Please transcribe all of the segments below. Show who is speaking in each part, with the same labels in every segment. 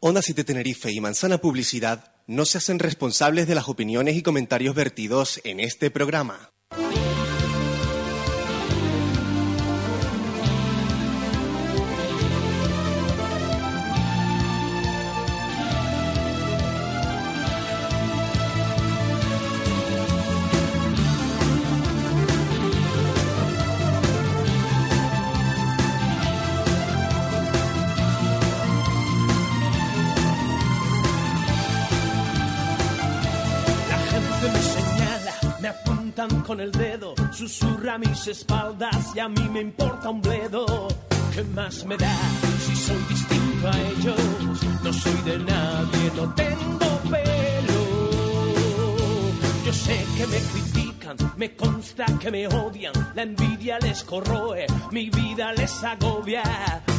Speaker 1: Onda 7 Tenerife y Manzana Publicidad no se hacen responsables de las opiniones y comentarios vertidos en este programa.
Speaker 2: La gente me señala, me apuntan con el dedo, susurra a mis espaldas y a mí me importa un bledo. ¿Qué más me da si soy distinto a ellos? No soy de nadie, no tengo pelo. Yo sé que me critican, me consta que me odian, la envidia les corroe, mi vida les agobia.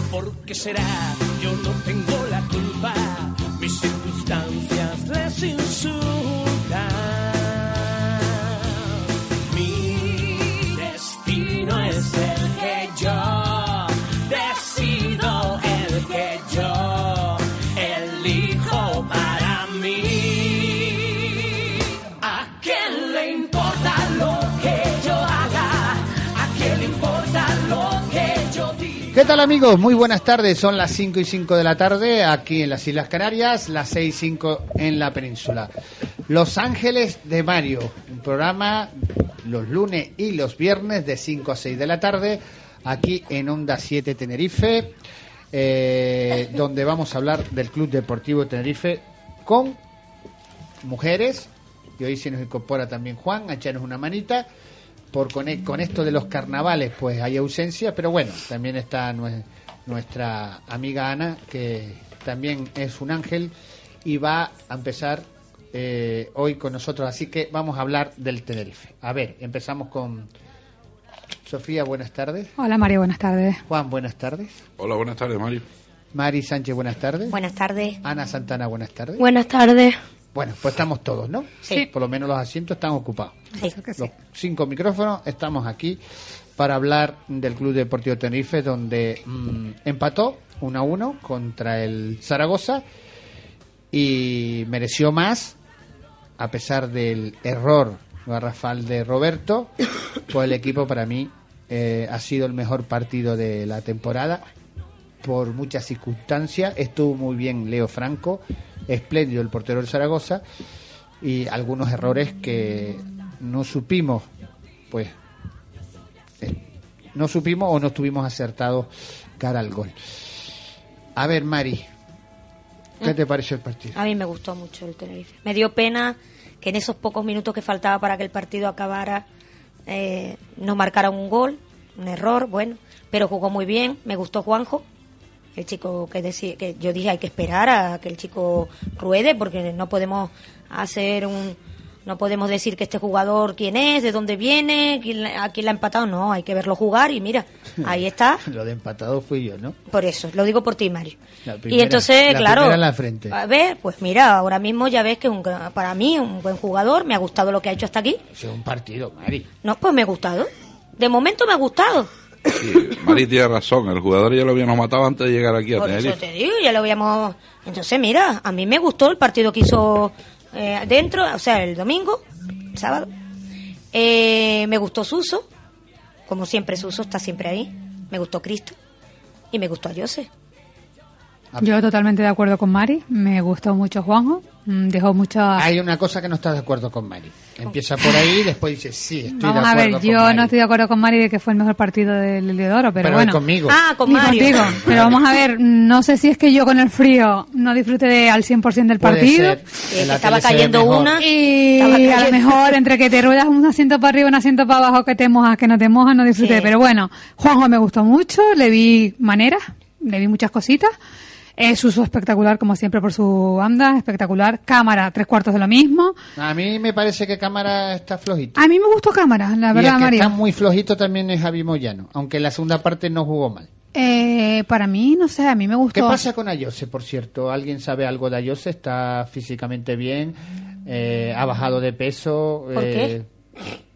Speaker 2: ¿Por qué será? Yo no tengo la culpa, mis circunstancias les insultan. Mi destino es el que yo decido, el que yo elijo para mí. ¿A quién le importa lo que yo haga? ¿A quién le importa lo que yo diga?
Speaker 3: ¿Qué tal amigos? Muy buenas tardes, son las 5 y 5 de la tarde aquí en las Islas Canarias, las 6 y 5 en la península. Los Ángeles de Mario, un programa los lunes y los viernes de 5 a 6 de la tarde aquí en Onda 7 Tenerife, eh, donde vamos a hablar del Club Deportivo Tenerife con mujeres, y hoy se nos incorpora también Juan, a echarnos una manita por con, e- con esto de los carnavales pues hay ausencia, pero bueno, también está nue- nuestra amiga Ana, que también es un ángel y va a empezar eh, hoy con nosotros, así que vamos a hablar del Tenerife. A ver, empezamos con Sofía, buenas tardes.
Speaker 4: Hola Mario, buenas tardes.
Speaker 3: Juan, buenas tardes.
Speaker 5: Hola, buenas tardes, Mario.
Speaker 3: Mari Sánchez, buenas tardes.
Speaker 6: Buenas tardes.
Speaker 3: Ana Santana, buenas tardes.
Speaker 7: Buenas tardes.
Speaker 3: Bueno, pues estamos todos, ¿no?
Speaker 4: Sí.
Speaker 3: Por lo menos los asientos están ocupados.
Speaker 6: Sí.
Speaker 4: Creo que sí.
Speaker 3: los cinco micrófonos, estamos aquí para hablar del Club Deportivo Tenerife, donde mm, empató 1 a 1 contra el Zaragoza y mereció más, a pesar del error garrafal de Roberto, pues el equipo para mí eh, ha sido el mejor partido de la temporada por muchas circunstancias. Estuvo muy bien Leo Franco, espléndido el portero del Zaragoza y algunos errores que no supimos, pues, eh, no supimos o no estuvimos acertados cara al gol. A ver, Mari, ¿qué te pareció el partido?
Speaker 4: Ah,
Speaker 6: A mí me gustó mucho el Tenerife. Me dio pena que en esos pocos minutos que faltaba para que el partido acabara eh, no marcaran un gol, un error, bueno, pero jugó muy bien. Me gustó Juanjo, el chico que, deci- que yo dije hay que esperar a que el chico ruede porque no podemos hacer un no podemos decir que este jugador quién es, de dónde viene, quién, la- a quién la ha empatado, no, hay que verlo jugar y mira, ahí está.
Speaker 3: Lo de empatado fui yo, ¿no?
Speaker 6: Por eso, lo digo por ti, Mario.
Speaker 3: La primera-
Speaker 6: y entonces,
Speaker 3: la
Speaker 6: claro,
Speaker 3: primera en la frente.
Speaker 6: a ver, pues mira, ahora mismo ya ves que es un gran- para mí un buen jugador, me ha gustado lo que ha hecho hasta aquí.
Speaker 3: Es un partido, Mari.
Speaker 6: No, pues me ha gustado. De momento me ha gustado.
Speaker 5: Sí, Mari tiene razón, el jugador ya lo habíamos matado antes de llegar aquí a
Speaker 6: Por eso
Speaker 5: Tenerife.
Speaker 6: te digo, ya lo habíamos... Entonces, mira, a mí me gustó el partido que hizo eh, dentro, o sea, el domingo, el sábado. Eh, me gustó Suso, como siempre Suso está siempre ahí. Me gustó Cristo y me gustó a Jose.
Speaker 4: Yo totalmente de acuerdo con Mari, me gustó mucho Juanjo, mm, dejó muchas...
Speaker 3: Hay una cosa que no estás de acuerdo con Mari. Empieza por ahí y después dices, sí, estoy
Speaker 4: Vamos
Speaker 3: de
Speaker 4: a
Speaker 3: acuerdo
Speaker 4: ver,
Speaker 3: con
Speaker 4: yo
Speaker 3: Mari.
Speaker 4: no estoy de acuerdo con Mari de que fue el mejor partido del Heliodoro, pero,
Speaker 3: Pero
Speaker 4: bueno.
Speaker 3: conmigo.
Speaker 6: Ah, con
Speaker 4: Ni
Speaker 6: Mario.
Speaker 4: contigo, pero vamos a ver, no sé si es que yo con el frío no disfruté de- al 100% del
Speaker 3: Puede
Speaker 4: partido. eh,
Speaker 3: ser.
Speaker 6: que
Speaker 3: En la
Speaker 6: estaba
Speaker 3: tele se ve
Speaker 6: cayendo
Speaker 3: mejor.
Speaker 6: una.
Speaker 4: Y
Speaker 6: Estaba
Speaker 4: a lo
Speaker 6: cayendo.
Speaker 4: mejor entre que te ruedas un asiento para arriba, un asiento para abajo, que te mojas, que no te mojas, no disfruté.
Speaker 6: Sí.
Speaker 4: Pero bueno, Juanjo me gustó mucho, le vi maneras, le vi muchas cositas. Es uso espectacular, como siempre, por su banda, espectacular. Cámara, tres cuartos de lo mismo.
Speaker 3: A mí me parece que Cámara está flojito.
Speaker 4: A mí me gustó Cámara, Ah, la
Speaker 3: y el
Speaker 4: verdad,
Speaker 3: que
Speaker 4: María.
Speaker 3: está muy flojito también es Javi Moyano, aunque en la segunda parte no jugó mal.
Speaker 4: Eh, para mí, no sé, a mí me gustó.
Speaker 3: ¿Qué pasa con Ayose, por cierto? ¿Alguien sabe algo de Ayose? ¿Está físicamente bien? Eh, ¿Ha bajado de peso?
Speaker 6: ¿Por
Speaker 3: Eh,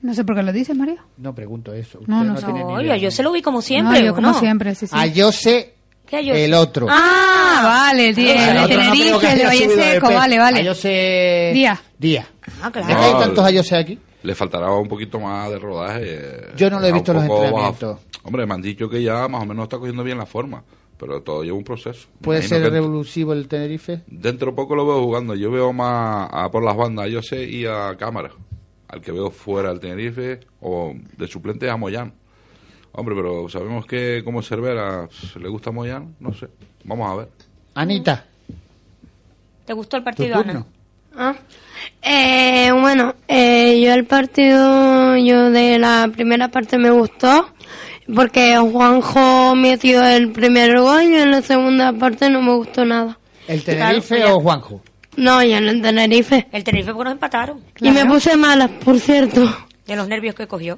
Speaker 4: No sé por qué lo dices, Mario.
Speaker 3: No pregunto eso. Usted
Speaker 4: No,
Speaker 3: no,
Speaker 4: no
Speaker 3: tiene ni
Speaker 6: No,
Speaker 3: idea.
Speaker 6: yo se lo vi como siempre.
Speaker 4: No, yo
Speaker 6: ¿o
Speaker 4: como
Speaker 6: no?
Speaker 4: siempre, sí, sí.
Speaker 3: Ayose
Speaker 6: ¿Qué hay hoy?
Speaker 3: El otro.
Speaker 4: Ah, vale, el
Speaker 3: Ah,
Speaker 4: de el de
Speaker 3: otro no,
Speaker 4: Tenerife,
Speaker 3: pero que
Speaker 4: el de
Speaker 3: haya
Speaker 4: Valle
Speaker 3: subido de
Speaker 4: Seco,
Speaker 3: peso.
Speaker 4: vale, vale.
Speaker 3: Ayose-
Speaker 4: Día.
Speaker 3: Día.
Speaker 6: Ah,
Speaker 3: ¿Es
Speaker 6: claro.
Speaker 3: que hay tantos Ayose aquí?
Speaker 5: Le faltará un poquito más de rodaje.
Speaker 3: Yo no lo he
Speaker 5: Ah, un
Speaker 3: visto en los
Speaker 5: poco
Speaker 3: entrenamientos.
Speaker 5: bajo. Hombre, me han dicho que ya más o menos está cogiendo bien la forma, pero todo lleva un proceso.
Speaker 3: ¿Puede
Speaker 5: Imagino
Speaker 3: ser
Speaker 5: que
Speaker 3: revolusivo el Tenerife?
Speaker 5: Dentro poco lo veo jugando. Yo veo más a por las bandas, yo sé, y a cámara. Al que veo fuera al Tenerife o de suplente a Moyán. Hombre, pero sabemos que como Cervera pff, le gusta Moyán, no sé. Vamos a ver.
Speaker 3: Anita,
Speaker 4: Mm.
Speaker 6: ¿Te gustó el
Speaker 3: tu
Speaker 6: partido, Ana?
Speaker 3: turno.
Speaker 7: Ah. Eh, bueno, eh, yo el partido, yo de la primera parte me gustó, porque Juanjo metió el primer gol y en la segunda parte no me gustó nada.
Speaker 3: ¿El Tenerife
Speaker 6: Claro,
Speaker 3: o Juanjo?
Speaker 7: No, yo en el Tenerife.
Speaker 6: El Tenerife porque nos empataron.
Speaker 7: Y me puse malas, por cierto.
Speaker 6: De los nervios que cogió.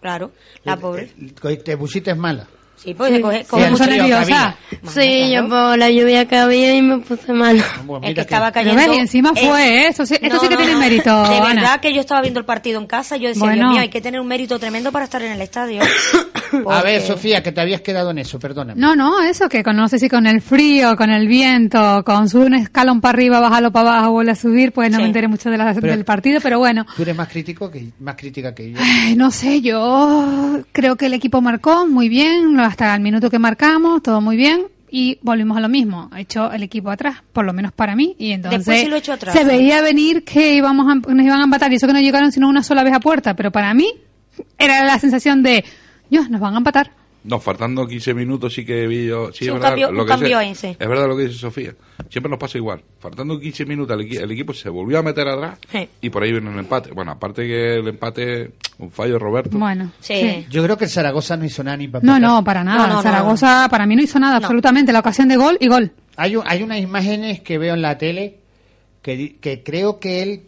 Speaker 6: Claro, la pobre.
Speaker 3: Eh, Te pusiste mala.
Speaker 6: Sí, pues coge,
Speaker 3: Sí,
Speaker 6: coge
Speaker 4: Como
Speaker 6: mucho
Speaker 4: son
Speaker 3: sí,
Speaker 6: nervio.
Speaker 4: nerviosa.
Speaker 6: Mamá,
Speaker 7: Sí,
Speaker 6: claro.
Speaker 7: yo por la lluvia que había y me puse mala.
Speaker 3: Ah, Bueno,
Speaker 6: El que
Speaker 3: mira
Speaker 6: estaba
Speaker 4: Pero
Speaker 6: cayendo.
Speaker 4: ves, y encima
Speaker 6: eh,
Speaker 4: fue, ¿eh? Eso sí, esto
Speaker 6: no,
Speaker 4: sí que
Speaker 6: no,
Speaker 4: tiene
Speaker 6: no.
Speaker 4: mérito,
Speaker 6: De
Speaker 4: Ana.
Speaker 6: verdad que yo estaba viendo el partido en casa, yo decía,
Speaker 4: Bueno.
Speaker 6: Dios mío, hay que tener un mérito tremendo para estar en el estadio.
Speaker 3: A ver,
Speaker 6: Porque-
Speaker 3: Sofía, que te habías quedado en eso, perdóname.
Speaker 4: No, no, eso que con, no sé si con el frío, con el viento, con subir un escalón para arriba, bajarlo para abajo, vuelve a subir, pues no
Speaker 6: Sí.
Speaker 4: me enteré mucho de la-
Speaker 3: Pero-
Speaker 4: del partido, pero bueno.
Speaker 3: Tú eres más crítico que más crítica que yo.
Speaker 4: Ay, No sé, yo creo que el equipo marcó muy bien, hasta el minuto que marcamos, todo muy bien. Y volvimos a lo mismo, echó el equipo atrás, por lo menos para mí, y entonces
Speaker 6: Después sí lo echó atrás.
Speaker 4: se veía venir que íbamos a- nos iban a empatar, y eso que no llegaron sino una sola vez a puerta, pero para mí era la sensación de, Dios, nos van a empatar.
Speaker 5: No, faltando 15 minutos sí que vi yo... Sí,
Speaker 6: Sí,
Speaker 5: es
Speaker 6: un
Speaker 5: verdad,
Speaker 6: cambio-
Speaker 5: lo
Speaker 6: un
Speaker 5: que
Speaker 6: cambio
Speaker 5: dice-
Speaker 6: ahí, sí.
Speaker 5: Es verdad lo que dice Sofía. Siempre nos pasa igual. Faltando 15 minutos el, equi- el equipo se volvió a meter atrás
Speaker 6: Sí.
Speaker 5: y por ahí viene el empate. Bueno, aparte que el empate, un fallo de Roberto.
Speaker 4: Bueno,
Speaker 6: Sí.
Speaker 3: Yo creo que el Zaragoza no hizo nada ni para
Speaker 4: No, no, para nada.
Speaker 6: No, no,
Speaker 4: Zaragoza para mí no hizo nada,
Speaker 6: No.
Speaker 4: absolutamente. La ocasión de gol y gol.
Speaker 3: Hay, un- hay unas imágenes que veo en la tele que, di- que creo que él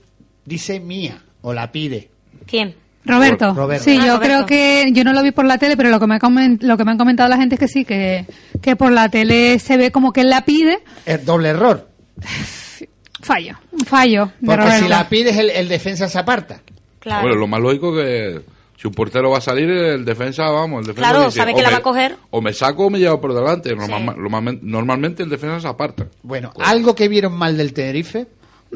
Speaker 3: dice mía o la pide.
Speaker 6: ¿Quién?
Speaker 4: Roberto.
Speaker 3: Roberto.
Speaker 4: Sí,
Speaker 6: Ah,
Speaker 4: yo creo
Speaker 6: Roberto.
Speaker 4: que yo no lo vi por la tele, pero lo que me, ha comen- lo que me han comentado la gente es que sí, que, que por la tele se ve como que él la pide.
Speaker 3: Es doble error.
Speaker 4: Fallo, un fallo de
Speaker 3: Porque
Speaker 4: Roberto.
Speaker 3: si la pides, el, el defensa se aparta.
Speaker 6: Claro.
Speaker 5: Bueno, lo más lógico que si un portero va a salir, el defensa, vamos, el defensa
Speaker 6: Claro,
Speaker 5: dice,
Speaker 6: sabe
Speaker 5: o
Speaker 6: que la
Speaker 5: me-
Speaker 6: va a coger.
Speaker 5: O me saco o me llevo por delante. Normal-
Speaker 6: Sí.
Speaker 5: normalmen- normalmente el defensa se aparta.
Speaker 3: Bueno, algo que vieron mal del Tenerife.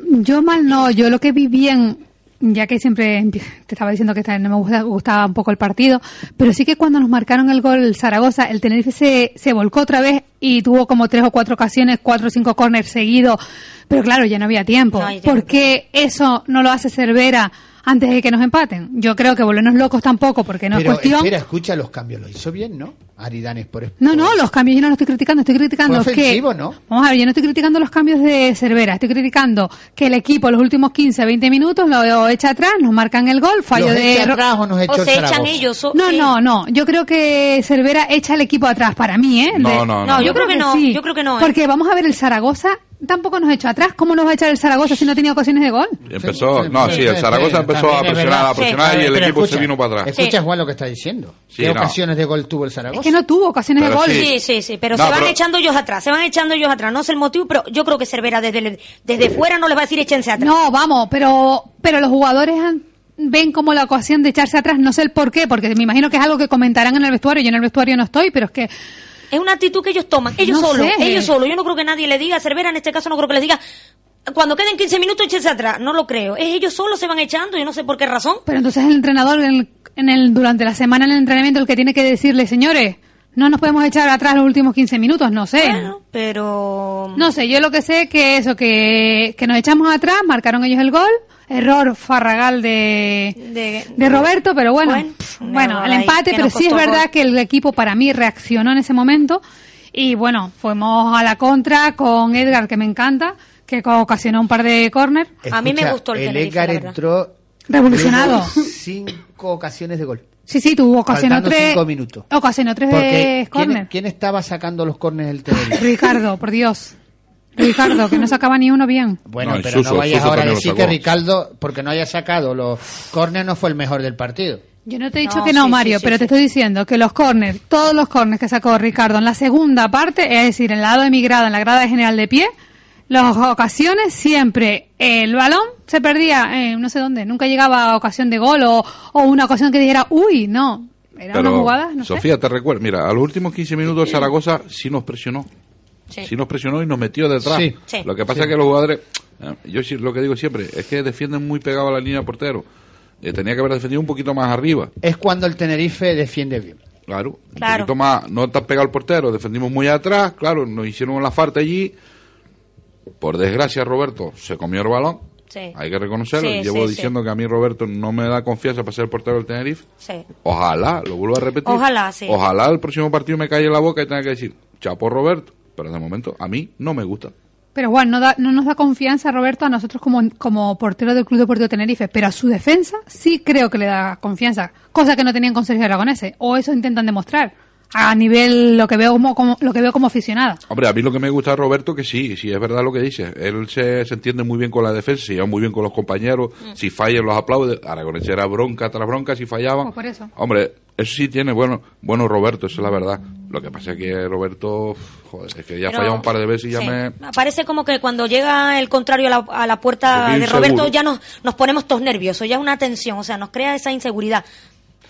Speaker 4: Yo mal no, yo lo que vi bien, ya que siempre empie- te estaba diciendo que esta- no me gusta- gustaba un poco el partido, pero sí que cuando nos marcaron el gol Zaragoza, el Tenerife se, se volcó otra vez y tuvo como tres o cuatro ocasiones, cuatro o cinco corners seguidos, pero claro, ya no había tiempo.
Speaker 6: No hay tiempo.
Speaker 4: ¿Por qué eso no lo hace Cervera antes de que nos empaten? Yo creo que volvernos locos tampoco, porque no
Speaker 3: pero
Speaker 4: es cuestión...
Speaker 3: espera, escucha, los cambios lo hizo bien, ¿no? Aridanes por ejemplo.
Speaker 4: No, no, los cambios yo no los estoy criticando, estoy criticando
Speaker 3: Fue
Speaker 4: que...
Speaker 3: ofensivo, ¿no?
Speaker 4: Vamos a ver, yo no estoy criticando los cambios de Cervera, estoy criticando que el equipo los últimos 15, 20 minutos lo echa atrás, nos marcan el gol, fallo
Speaker 3: ¿Los
Speaker 4: de...
Speaker 3: echa
Speaker 4: Ro-
Speaker 3: atrás o nos echó
Speaker 6: O
Speaker 3: el
Speaker 6: se echan
Speaker 3: Zaragoza?
Speaker 6: ellos. o-
Speaker 4: No,
Speaker 6: sí.
Speaker 4: no, no, yo creo que Cervera echa el equipo atrás, para mí, ¿eh?
Speaker 5: No,
Speaker 4: De-
Speaker 5: no, no.
Speaker 6: No, yo creo que no, yo creo que no, ¿eh?
Speaker 4: Porque vamos a ver, el Zaragoza tampoco nos echó atrás, ¿cómo nos va a echar el Zaragoza si no tenía ocasiones de gol?
Speaker 5: Empezó,
Speaker 3: Sí,
Speaker 5: no,
Speaker 3: sí,
Speaker 5: sí, el
Speaker 3: sí,
Speaker 5: Zaragoza
Speaker 3: sí,
Speaker 5: empezó
Speaker 3: también
Speaker 5: a
Speaker 3: es
Speaker 5: presionar,
Speaker 3: verdad.
Speaker 5: a presionar
Speaker 6: Sí,
Speaker 5: y el
Speaker 3: Pero
Speaker 5: equipo se
Speaker 3: escucha,
Speaker 5: vino para atrás.
Speaker 3: Escucha,
Speaker 6: Sí.
Speaker 3: Juan, lo que está diciendo.
Speaker 5: Sí,
Speaker 3: ¿Qué
Speaker 5: no.
Speaker 3: ocasiones de gol tuvo el Zaragoza?
Speaker 4: Es que no tuvo ocasiones
Speaker 5: Pero
Speaker 4: de gol.
Speaker 5: sí.
Speaker 6: Sí, sí, sí, pero
Speaker 5: No,
Speaker 6: se van
Speaker 5: pero-
Speaker 6: echando ellos atrás, se van echando ellos atrás, no sé el motivo, pero yo creo que Cervera desde, el- desde fuera no les va a decir échense atrás.
Speaker 4: No, vamos, pero, pero los jugadores han- ven como la ocasión de echarse atrás, no sé el por qué, porque me imagino que es algo que comentarán en el vestuario, yo en el vestuario no estoy, pero es que
Speaker 6: Es una actitud que ellos toman, ellos
Speaker 4: No
Speaker 6: solos,
Speaker 4: sé.
Speaker 6: ellos solos. Yo no creo que nadie le diga, a Cervera en este caso no creo que les diga, cuando queden 15 minutos échense atrás, no lo creo. Es ellos solos se van echando, yo no sé por qué razón.
Speaker 4: pero entonces el entrenador en el, en el- durante la semana en el entrenamiento el que tiene que decirle, señores, no nos podemos echar atrás los últimos 15 minutos, no sé.
Speaker 6: Bueno, pero...
Speaker 4: No sé, yo lo que sé que eso, que, que nos echamos atrás, marcaron ellos el gol, error farragal de,
Speaker 6: De-
Speaker 4: de, Roberto, pero bueno,
Speaker 6: Bueno,
Speaker 4: pf,
Speaker 6: un
Speaker 4: bueno,
Speaker 6: error
Speaker 4: el
Speaker 6: ahí
Speaker 4: empate,
Speaker 6: que
Speaker 4: pero
Speaker 6: nos
Speaker 4: sí es
Speaker 6: costó
Speaker 4: verdad
Speaker 6: gol.
Speaker 4: que el equipo para mí reaccionó en ese momento y bueno, fuimos a la contra con Edgar, que me encanta, que ocasionó un par de córner,
Speaker 6: A mí me gustó el Tenerife,
Speaker 3: Edgar
Speaker 6: la verdad.
Speaker 3: entró
Speaker 4: revolucionado.
Speaker 3: tuvo cinco ocasiones de gol.
Speaker 4: Sí, sí, tuvo ocasionó
Speaker 3: faltando
Speaker 4: tres,
Speaker 3: cinco minutos.
Speaker 4: ocasionó tres
Speaker 3: Porque
Speaker 4: de
Speaker 3: ¿quién,
Speaker 4: córner.
Speaker 3: quién estaba sacando los corners del Tenerife?
Speaker 4: Ricardo, por Dios. Ricardo, que no sacaba ni uno bien.
Speaker 3: Bueno,
Speaker 5: No, y
Speaker 3: pero
Speaker 5: Suso,
Speaker 3: no vayas
Speaker 5: Suso
Speaker 3: ahora a
Speaker 5: también lo
Speaker 3: decir
Speaker 5: sacó.
Speaker 3: que Ricardo, porque no haya sacado los corners, no fue el mejor del partido.
Speaker 4: Yo no te he dicho
Speaker 6: No,
Speaker 4: que no,
Speaker 6: sí,
Speaker 4: Mario,
Speaker 6: sí, sí,
Speaker 4: pero
Speaker 6: sí.
Speaker 4: te estoy diciendo que los corners, todos los corners que sacó Ricardo en la segunda parte, es decir, en el lado de mi grada, en la grada de general de pie, las ocasiones siempre el balón se perdía, eh, no sé dónde, nunca llegaba a ocasión de gol o, o una ocasión que dijera, uy, no. Era
Speaker 5: Pero,
Speaker 4: una jugada, no
Speaker 5: Sofía, te recuerdo, mira, a los últimos 15 minutos Zaragoza sí nos presionó.
Speaker 6: Sí.
Speaker 5: Sí nos presionó y nos metió detrás.
Speaker 3: Sí.
Speaker 6: Sí.
Speaker 5: Lo que pasa es que los jugadores, eh, yo sí- lo que digo siempre, es que defienden muy pegado a la línea de portero. Eh, tenía que haber defendido un poquito más arriba.
Speaker 3: Es cuando el Tenerife defiende bien.
Speaker 5: Claro,
Speaker 6: Claro.
Speaker 5: un poquito más, no tan pegado al portero, defendimos muy atrás, claro, nos hicieron la falta allí. Por desgracia, Roberto se comió el balón,
Speaker 6: Sí.
Speaker 5: hay que reconocerlo.
Speaker 6: Sí,
Speaker 5: Llevo
Speaker 6: sí, sí.
Speaker 5: diciendo que a mí Roberto no me da confianza para ser el portero del Tenerife.
Speaker 6: Sí.
Speaker 5: Ojalá, lo vuelvo a repetir.
Speaker 6: Ojalá, sí.
Speaker 5: Ojalá el próximo partido me calle la boca y tenga que decir, chapo Roberto, pero de momento a mí no me gusta.
Speaker 4: Pero Juan, no, da- no nos da confianza Roberto a nosotros como, como portero del Club Deportivo Tenerife, pero a su defensa sí creo que le da confianza, cosa que no tenían con Sergio Aragonese, o eso intentan demostrar a nivel lo que veo como, como- lo que veo como aficionada.
Speaker 5: Hombre, a mí lo que me gusta de Roberto que sí, sí es verdad lo que dice. Él se, se entiende muy bien con la defensa, se lleva muy bien con los compañeros,
Speaker 6: Mm.
Speaker 5: si fallan los aplaude. Aragonés era bronca tras bronca si fallaban.
Speaker 4: Pues por eso.
Speaker 5: Hombre, eso sí tiene bueno, bueno Roberto, eso es la verdad. Lo que pasa es que Roberto, joder, es que ya
Speaker 6: Pero-
Speaker 5: fallado un par de veces y ya
Speaker 6: sí.
Speaker 5: me
Speaker 6: Parece como que cuando llega el contrario a la, a la puerta
Speaker 5: Porque
Speaker 6: de Roberto
Speaker 5: inseguro.
Speaker 6: ya nos, nos ponemos todos nerviosos, ya es una tensión, o sea, nos crea esa inseguridad.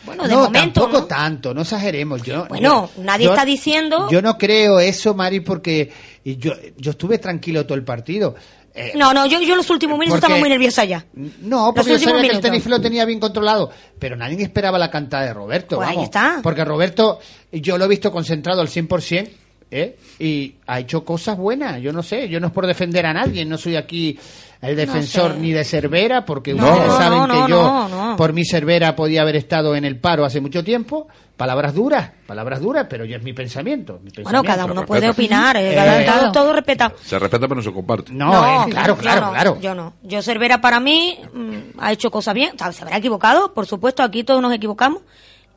Speaker 6: Bueno, de momento...
Speaker 3: tampoco
Speaker 6: ¿no?
Speaker 3: tanto, no exageremos. Yo,
Speaker 6: Bueno,
Speaker 3: yo-
Speaker 6: nadie
Speaker 3: yo-
Speaker 6: está diciendo-
Speaker 3: Yo no creo eso, Mari, porque y yo, yo estuve tranquilo todo el partido. Eh,
Speaker 6: No, no, yo, yo los
Speaker 5: Eh,
Speaker 6: últimos minutos
Speaker 3: Porque-
Speaker 6: estaba muy nerviosa ya.
Speaker 3: No,
Speaker 6: Los
Speaker 3: porque yo sabía
Speaker 6: últimos
Speaker 3: que el
Speaker 6: minutos.
Speaker 3: Tenerife lo tenía bien controlado, pero nadie esperaba la cantada de Roberto.
Speaker 6: Pues ahí
Speaker 3: vamos.
Speaker 6: está.
Speaker 3: Porque Roberto, yo lo he visto concentrado al 100%, ¿eh? y ha hecho cosas buenas. Yo no sé, yo no es por defender a nadie, no soy aquí el defensor
Speaker 6: sé.
Speaker 3: ni de Cervera, porque
Speaker 5: No.
Speaker 3: ustedes
Speaker 5: No,
Speaker 3: saben
Speaker 6: no,
Speaker 3: que
Speaker 6: no,
Speaker 3: yo,
Speaker 6: no, no.
Speaker 3: por mi Cervera, podía haber estado en el paro hace mucho tiempo. Palabras duras, palabras duras, pero yo es mi pensamiento. mi
Speaker 6: Bueno,
Speaker 3: pensamiento.
Speaker 6: cada uno
Speaker 5: Pero
Speaker 6: puede
Speaker 5: respeta.
Speaker 6: opinar, eh,
Speaker 3: Eh,
Speaker 6: cada- todo-
Speaker 4: claro.
Speaker 6: todo respetado.
Speaker 5: se respeta pero no se comparte.
Speaker 3: No, eh, claro,
Speaker 6: yo
Speaker 3: claro,
Speaker 6: no,
Speaker 3: claro.
Speaker 6: Yo no. Yo Cervera para mí mm, ha hecho cosas bien. O sea, se habrá equivocado, por supuesto, aquí todos nos equivocamos.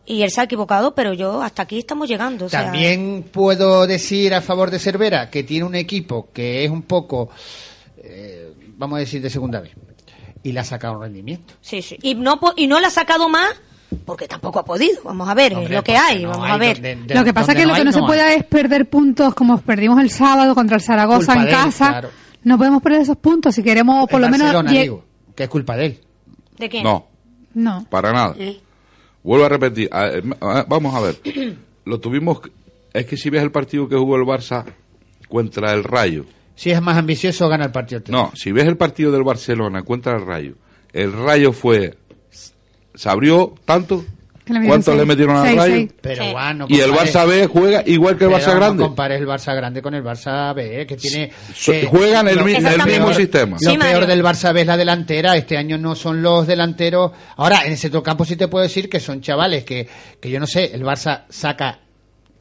Speaker 6: Y él se ha equivocado, pero yo hasta aquí estamos llegando. o sea,
Speaker 3: También puedo decir a favor de Cervera que tiene un equipo que es un poco, eh, vamos a decir, de segunda vez. Y le ha sacado un rendimiento.
Speaker 6: Sí, sí. Y no, po- y no la ha sacado más porque tampoco ha podido. Vamos a ver, es
Speaker 3: Hombre,
Speaker 6: lo que
Speaker 3: porque
Speaker 6: hay,
Speaker 3: no
Speaker 6: vamos
Speaker 3: hay
Speaker 6: a ver.
Speaker 3: donde- de-
Speaker 4: Lo que pasa
Speaker 3: donde
Speaker 4: es que lo que
Speaker 3: hay,
Speaker 4: no, se
Speaker 3: hay.
Speaker 4: puede es perder puntos como perdimos el sábado contra el Zaragoza
Speaker 3: Culpa
Speaker 4: en
Speaker 3: de él,
Speaker 4: casa.
Speaker 3: claro.
Speaker 4: No podemos perder esos puntos si queremos por
Speaker 3: El
Speaker 4: lo menos...
Speaker 3: Barcelona,
Speaker 4: lle-
Speaker 3: digo, que es culpa de él.
Speaker 6: ¿De quién?
Speaker 5: No,
Speaker 4: No.
Speaker 5: para nada. Vuelvo a repetir, a- eh, a- vamos a ver. Lo tuvimos es que si ves el partido que jugó el Barça contra el Rayo,
Speaker 3: Si es más ambicioso, gana el partido.
Speaker 5: No, si ves el partido del Barcelona contra el Rayo, el Rayo fue. Se abrió tanto.
Speaker 4: Que le metieron
Speaker 5: ¿Cuántos le
Speaker 4: seis.
Speaker 5: metieron al
Speaker 4: Seis,
Speaker 5: Rayo?
Speaker 4: seis.
Speaker 3: Pero
Speaker 6: Sí.
Speaker 3: bueno,
Speaker 5: y el
Speaker 3: compares-
Speaker 5: Barça B juega igual que el
Speaker 3: pero
Speaker 5: Barça
Speaker 3: no
Speaker 5: Grande.
Speaker 3: compares el Barça Grande con el Barça B, eh, que tiene...
Speaker 5: So-
Speaker 3: que-
Speaker 5: juegan el
Speaker 3: lo-
Speaker 5: mi-
Speaker 6: el
Speaker 3: lo
Speaker 6: mismo
Speaker 3: peor-
Speaker 5: sistema.
Speaker 3: Lo
Speaker 6: Sí,
Speaker 3: peor
Speaker 6: Mario.
Speaker 3: del Barça B es la delantera. Este año no son los delanteros. Ahora, en ese campo sí te puedo decir que son chavales que, que yo no sé, el Barça saca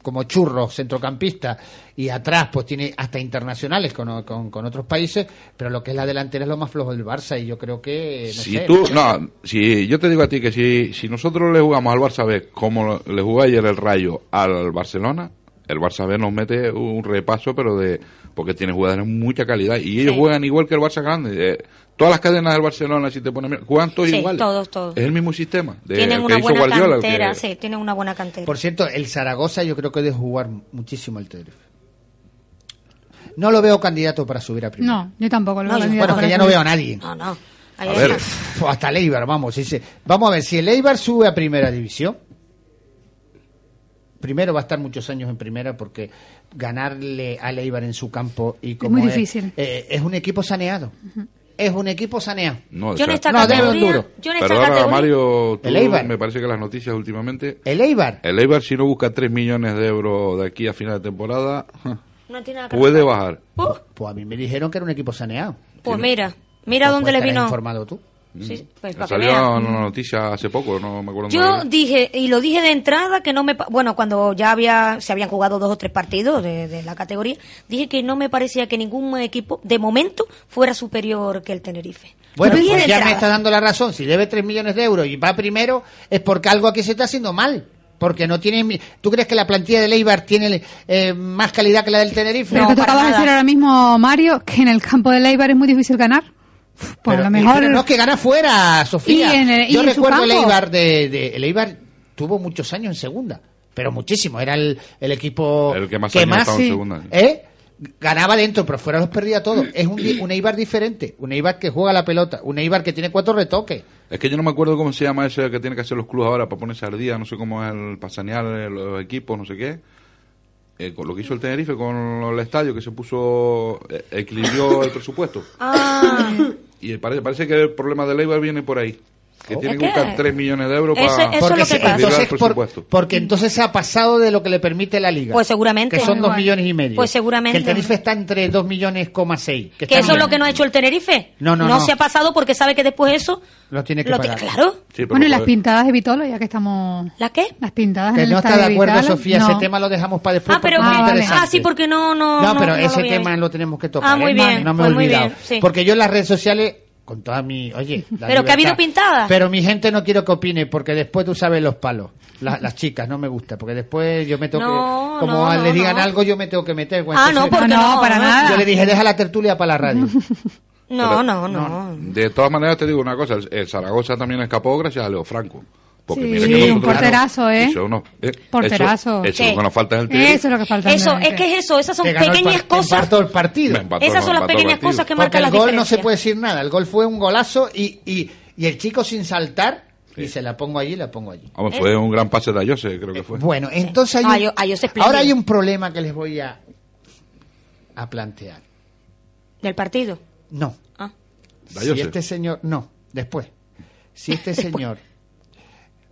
Speaker 3: como churros centrocampista y atrás pues tiene hasta internacionales con, con, con otros países, pero lo que es la delantera es lo más flojo del Barça y yo creo que... No
Speaker 5: si
Speaker 3: sé,
Speaker 5: tú, no, si yo te digo a ti que si, si nosotros le jugamos al Barça B como lo- le jugó ayer el Rayo al Barcelona, el Barça B nos mete un repaso, pero de porque tiene jugadores de mucha calidad y ellos
Speaker 6: Sí.
Speaker 5: juegan igual que el Barça Grande. eh, todas las cadenas del Barcelona, si te ponen, juegan todos
Speaker 6: Sí,
Speaker 5: iguales.
Speaker 6: todos, todos.
Speaker 5: Es el mismo sistema. De, el
Speaker 6: tienen
Speaker 5: que
Speaker 6: una
Speaker 5: hizo
Speaker 6: buena
Speaker 5: Guardiola, el que-
Speaker 6: cantera, sí, tienen una buena cantera.
Speaker 3: Por cierto, el Zaragoza yo creo que debe jugar muchísimo el Tenerife. No lo veo candidato para subir a primera.
Speaker 4: No, yo tampoco. Lo
Speaker 6: No,
Speaker 4: veo
Speaker 6: yo-
Speaker 4: ni
Speaker 3: Bueno,
Speaker 4: de
Speaker 3: que ya
Speaker 4: acuerdo.
Speaker 3: no veo a nadie.
Speaker 6: No, no. Ahí
Speaker 5: A ver,
Speaker 6: está.
Speaker 3: Pf, Pues hasta el Eibar, vamos. sí, sí. Vamos a ver, si el Eibar sube a primera división, primero va a estar muchos años en primera porque ganarle al Eibar en su campo y como
Speaker 4: muy difícil.
Speaker 3: eh, es un equipo saneado. Es un equipo saneado.
Speaker 5: no,
Speaker 6: yo en
Speaker 5: o sea,
Speaker 6: esta
Speaker 3: no, debe un
Speaker 6: categoría,
Speaker 3: duro.
Speaker 6: yo en esta
Speaker 5: perdona,
Speaker 6: categoría-
Speaker 5: Mario, tú,
Speaker 3: El Eibar.
Speaker 5: me parece que las noticias últimamente.
Speaker 3: El Eibar.
Speaker 5: El Eibar, si no busca 3 millones de euros de aquí a final de temporada,
Speaker 6: no tiene nada que
Speaker 5: puede
Speaker 6: ver.
Speaker 5: bajar.
Speaker 6: Uh,
Speaker 3: Pues a mí me dijeron que era un equipo saneado.
Speaker 6: pues mira, mira
Speaker 3: Pues
Speaker 6: dónde
Speaker 3: puede
Speaker 6: le
Speaker 3: estar
Speaker 6: vino.
Speaker 3: informado tú.
Speaker 6: Sí, pues, para que veas.
Speaker 5: Salió una noticia hace poco, no me acuerdo.
Speaker 6: Yo
Speaker 5: dónde.
Speaker 6: dije, y lo dije de entrada, que no me... pa- Bueno, cuando ya había se habían jugado dos o tres partidos de, de la categoría, dije que no me parecía que ningún equipo, de momento, fuera superior que el Tenerife.
Speaker 3: Bueno,
Speaker 6: Lo dije
Speaker 3: pues
Speaker 6: de
Speaker 3: ya me
Speaker 6: entrada.
Speaker 3: está dando la razón. Si debe 3 millones de euros y va primero, es porque algo aquí se está haciendo mal. Porque no tiene. mi- ¿Tú crees que la plantilla del Eibar tiene eh, más calidad que la del Tenerife?
Speaker 4: Pero
Speaker 6: No,
Speaker 4: que tú
Speaker 6: para
Speaker 4: acabas de
Speaker 6: nada.
Speaker 4: decir ahora mismo, Mario, que en el campo del Eibar es muy difícil ganar. Uf, Pues
Speaker 3: Pero-
Speaker 4: a lo
Speaker 3: y-
Speaker 4: mejor.
Speaker 3: pero no es que gana fuera, Sofía.
Speaker 4: Y en el- y
Speaker 3: Yo
Speaker 4: en su
Speaker 3: recuerdo el
Speaker 4: campo.
Speaker 3: Eibar de, de- El Eibar tuvo muchos años en segunda. Pero muchísimo. Era el, el equipo.
Speaker 5: El que más años ha estado en segunda.
Speaker 3: ¿eh? Ganaba dentro, pero fuera los perdía todos. Es un, di- un Eibar diferente. Un Eibar que juega la pelota. Un Eibar que tiene cuatro retoques.
Speaker 5: Es que yo no me acuerdo cómo se llama eso que tiene que hacer los clubes ahora para ponerse al día, no sé cómo es el pasanear los equipos, no sé qué. Eh, con lo que hizo el Tenerife con el estadio que se puso, eh, equilibró el presupuesto.
Speaker 6: Ah,
Speaker 5: Y parece, parece que el problema de Leibar viene por ahí. Que tiene que
Speaker 6: Es que-
Speaker 5: buscar 3 millones de euros
Speaker 6: Oh, Eso-
Speaker 5: para...
Speaker 6: eso es lo que
Speaker 3: se-
Speaker 6: pasa.
Speaker 3: entonces,
Speaker 5: equilibrar el
Speaker 3: por-
Speaker 5: presupuesto.
Speaker 3: porque entonces se ha pasado de lo que le permite la liga.
Speaker 6: Pues seguramente.
Speaker 3: Que son dos
Speaker 4: Igual.
Speaker 3: millones y medio.
Speaker 6: Pues seguramente.
Speaker 3: Que el Tenerife está entre dos millones, coma seis.
Speaker 6: que
Speaker 3: está
Speaker 6: eso es lo
Speaker 3: bien.
Speaker 6: que no ha hecho el Tenerife.
Speaker 3: No, no, no.
Speaker 6: se ha pasado porque sabe que después eso.
Speaker 3: Lo tiene que
Speaker 6: ti-
Speaker 3: pagar.
Speaker 6: Claro.
Speaker 5: Sí, pero pues,
Speaker 4: bueno, y las
Speaker 5: joder,
Speaker 4: pintadas de Vitolo, ya que estamos...
Speaker 6: ¿La qué?
Speaker 4: Las pintadas
Speaker 3: Que
Speaker 4: en el
Speaker 3: no está
Speaker 4: estadio
Speaker 3: de acuerdo,
Speaker 4: Vitalo,
Speaker 3: Sofía.
Speaker 4: Ah, no.
Speaker 3: Ese tema lo dejamos para después.
Speaker 6: Ah, pero
Speaker 3: porque es
Speaker 4: que-
Speaker 3: muy
Speaker 4: ah, vale.
Speaker 3: interesante.
Speaker 6: ah, sí, porque no, no,
Speaker 3: No,
Speaker 6: no,
Speaker 3: pero
Speaker 6: no lo
Speaker 3: ese
Speaker 6: había
Speaker 3: tema
Speaker 6: visto.
Speaker 3: lo tenemos que tocar.
Speaker 6: Ah, muy
Speaker 3: ¿eh? No,
Speaker 6: bien,
Speaker 3: No, me he
Speaker 6: pues muy
Speaker 3: olvidado.
Speaker 6: bien, sí.
Speaker 3: Porque yo en las redes sociales, con toda mi. Oye. la
Speaker 6: Pero que ha habido pintadas.
Speaker 3: Pero mi gente no quiero que opine, porque después tú sabes los palos. La- las chicas, no me gusta. Porque después yo me tengo
Speaker 6: No,
Speaker 3: que. Como
Speaker 6: no,
Speaker 3: le
Speaker 6: no,
Speaker 3: digan
Speaker 6: no.
Speaker 3: algo, yo me tengo que meter. güey.
Speaker 6: Ah, no,
Speaker 3: Entonces,
Speaker 6: porque
Speaker 4: No,
Speaker 6: no,
Speaker 4: para
Speaker 6: no.
Speaker 4: nada.
Speaker 3: Yo le dije, deja la tertulia para la radio.
Speaker 6: No, no, no.
Speaker 5: De todas maneras, te digo una cosa: el, el Zaragoza también escapó gracias a Leo Franco. Porque
Speaker 4: Sí,
Speaker 5: mira
Speaker 4: sí,
Speaker 5: que
Speaker 4: un
Speaker 5: nosotros-
Speaker 4: porterazo, ¿eh?
Speaker 5: Eso no, eh, eso-
Speaker 4: Porterazo.
Speaker 5: Eso,
Speaker 6: Sí.
Speaker 5: lo que nos falta es el Tenerife.
Speaker 4: Eso es lo que falta.
Speaker 6: Eso,
Speaker 4: realmente.
Speaker 6: es que es eso, esas son
Speaker 3: Te ganó el
Speaker 6: pequeñas
Speaker 3: par- te
Speaker 6: cosas.
Speaker 3: empató el partido.
Speaker 5: Me empató,
Speaker 6: Esas
Speaker 5: no,
Speaker 6: son las
Speaker 5: empató el
Speaker 6: pequeñas
Speaker 5: partido.
Speaker 6: cosas que
Speaker 3: Porque
Speaker 6: marcan
Speaker 3: el
Speaker 6: las
Speaker 3: gol
Speaker 6: diferencias.
Speaker 3: no se puede decir nada. El gol fue un golazo y, y, y el chico sin saltar. Y se la pongo allí, la pongo allí. Eh,
Speaker 5: Hombre, fue un gran pase de Ayose, creo que fue.
Speaker 3: Bueno, entonces hay
Speaker 6: Ah,
Speaker 3: un-
Speaker 6: yo- ah, yo sé explicar.
Speaker 3: ahora hay un problema que les voy a, a plantear.
Speaker 6: Del partido.
Speaker 3: No,
Speaker 6: Ah.
Speaker 5: Da
Speaker 3: si
Speaker 5: Joseph.
Speaker 3: este señor, no, después. Si este señor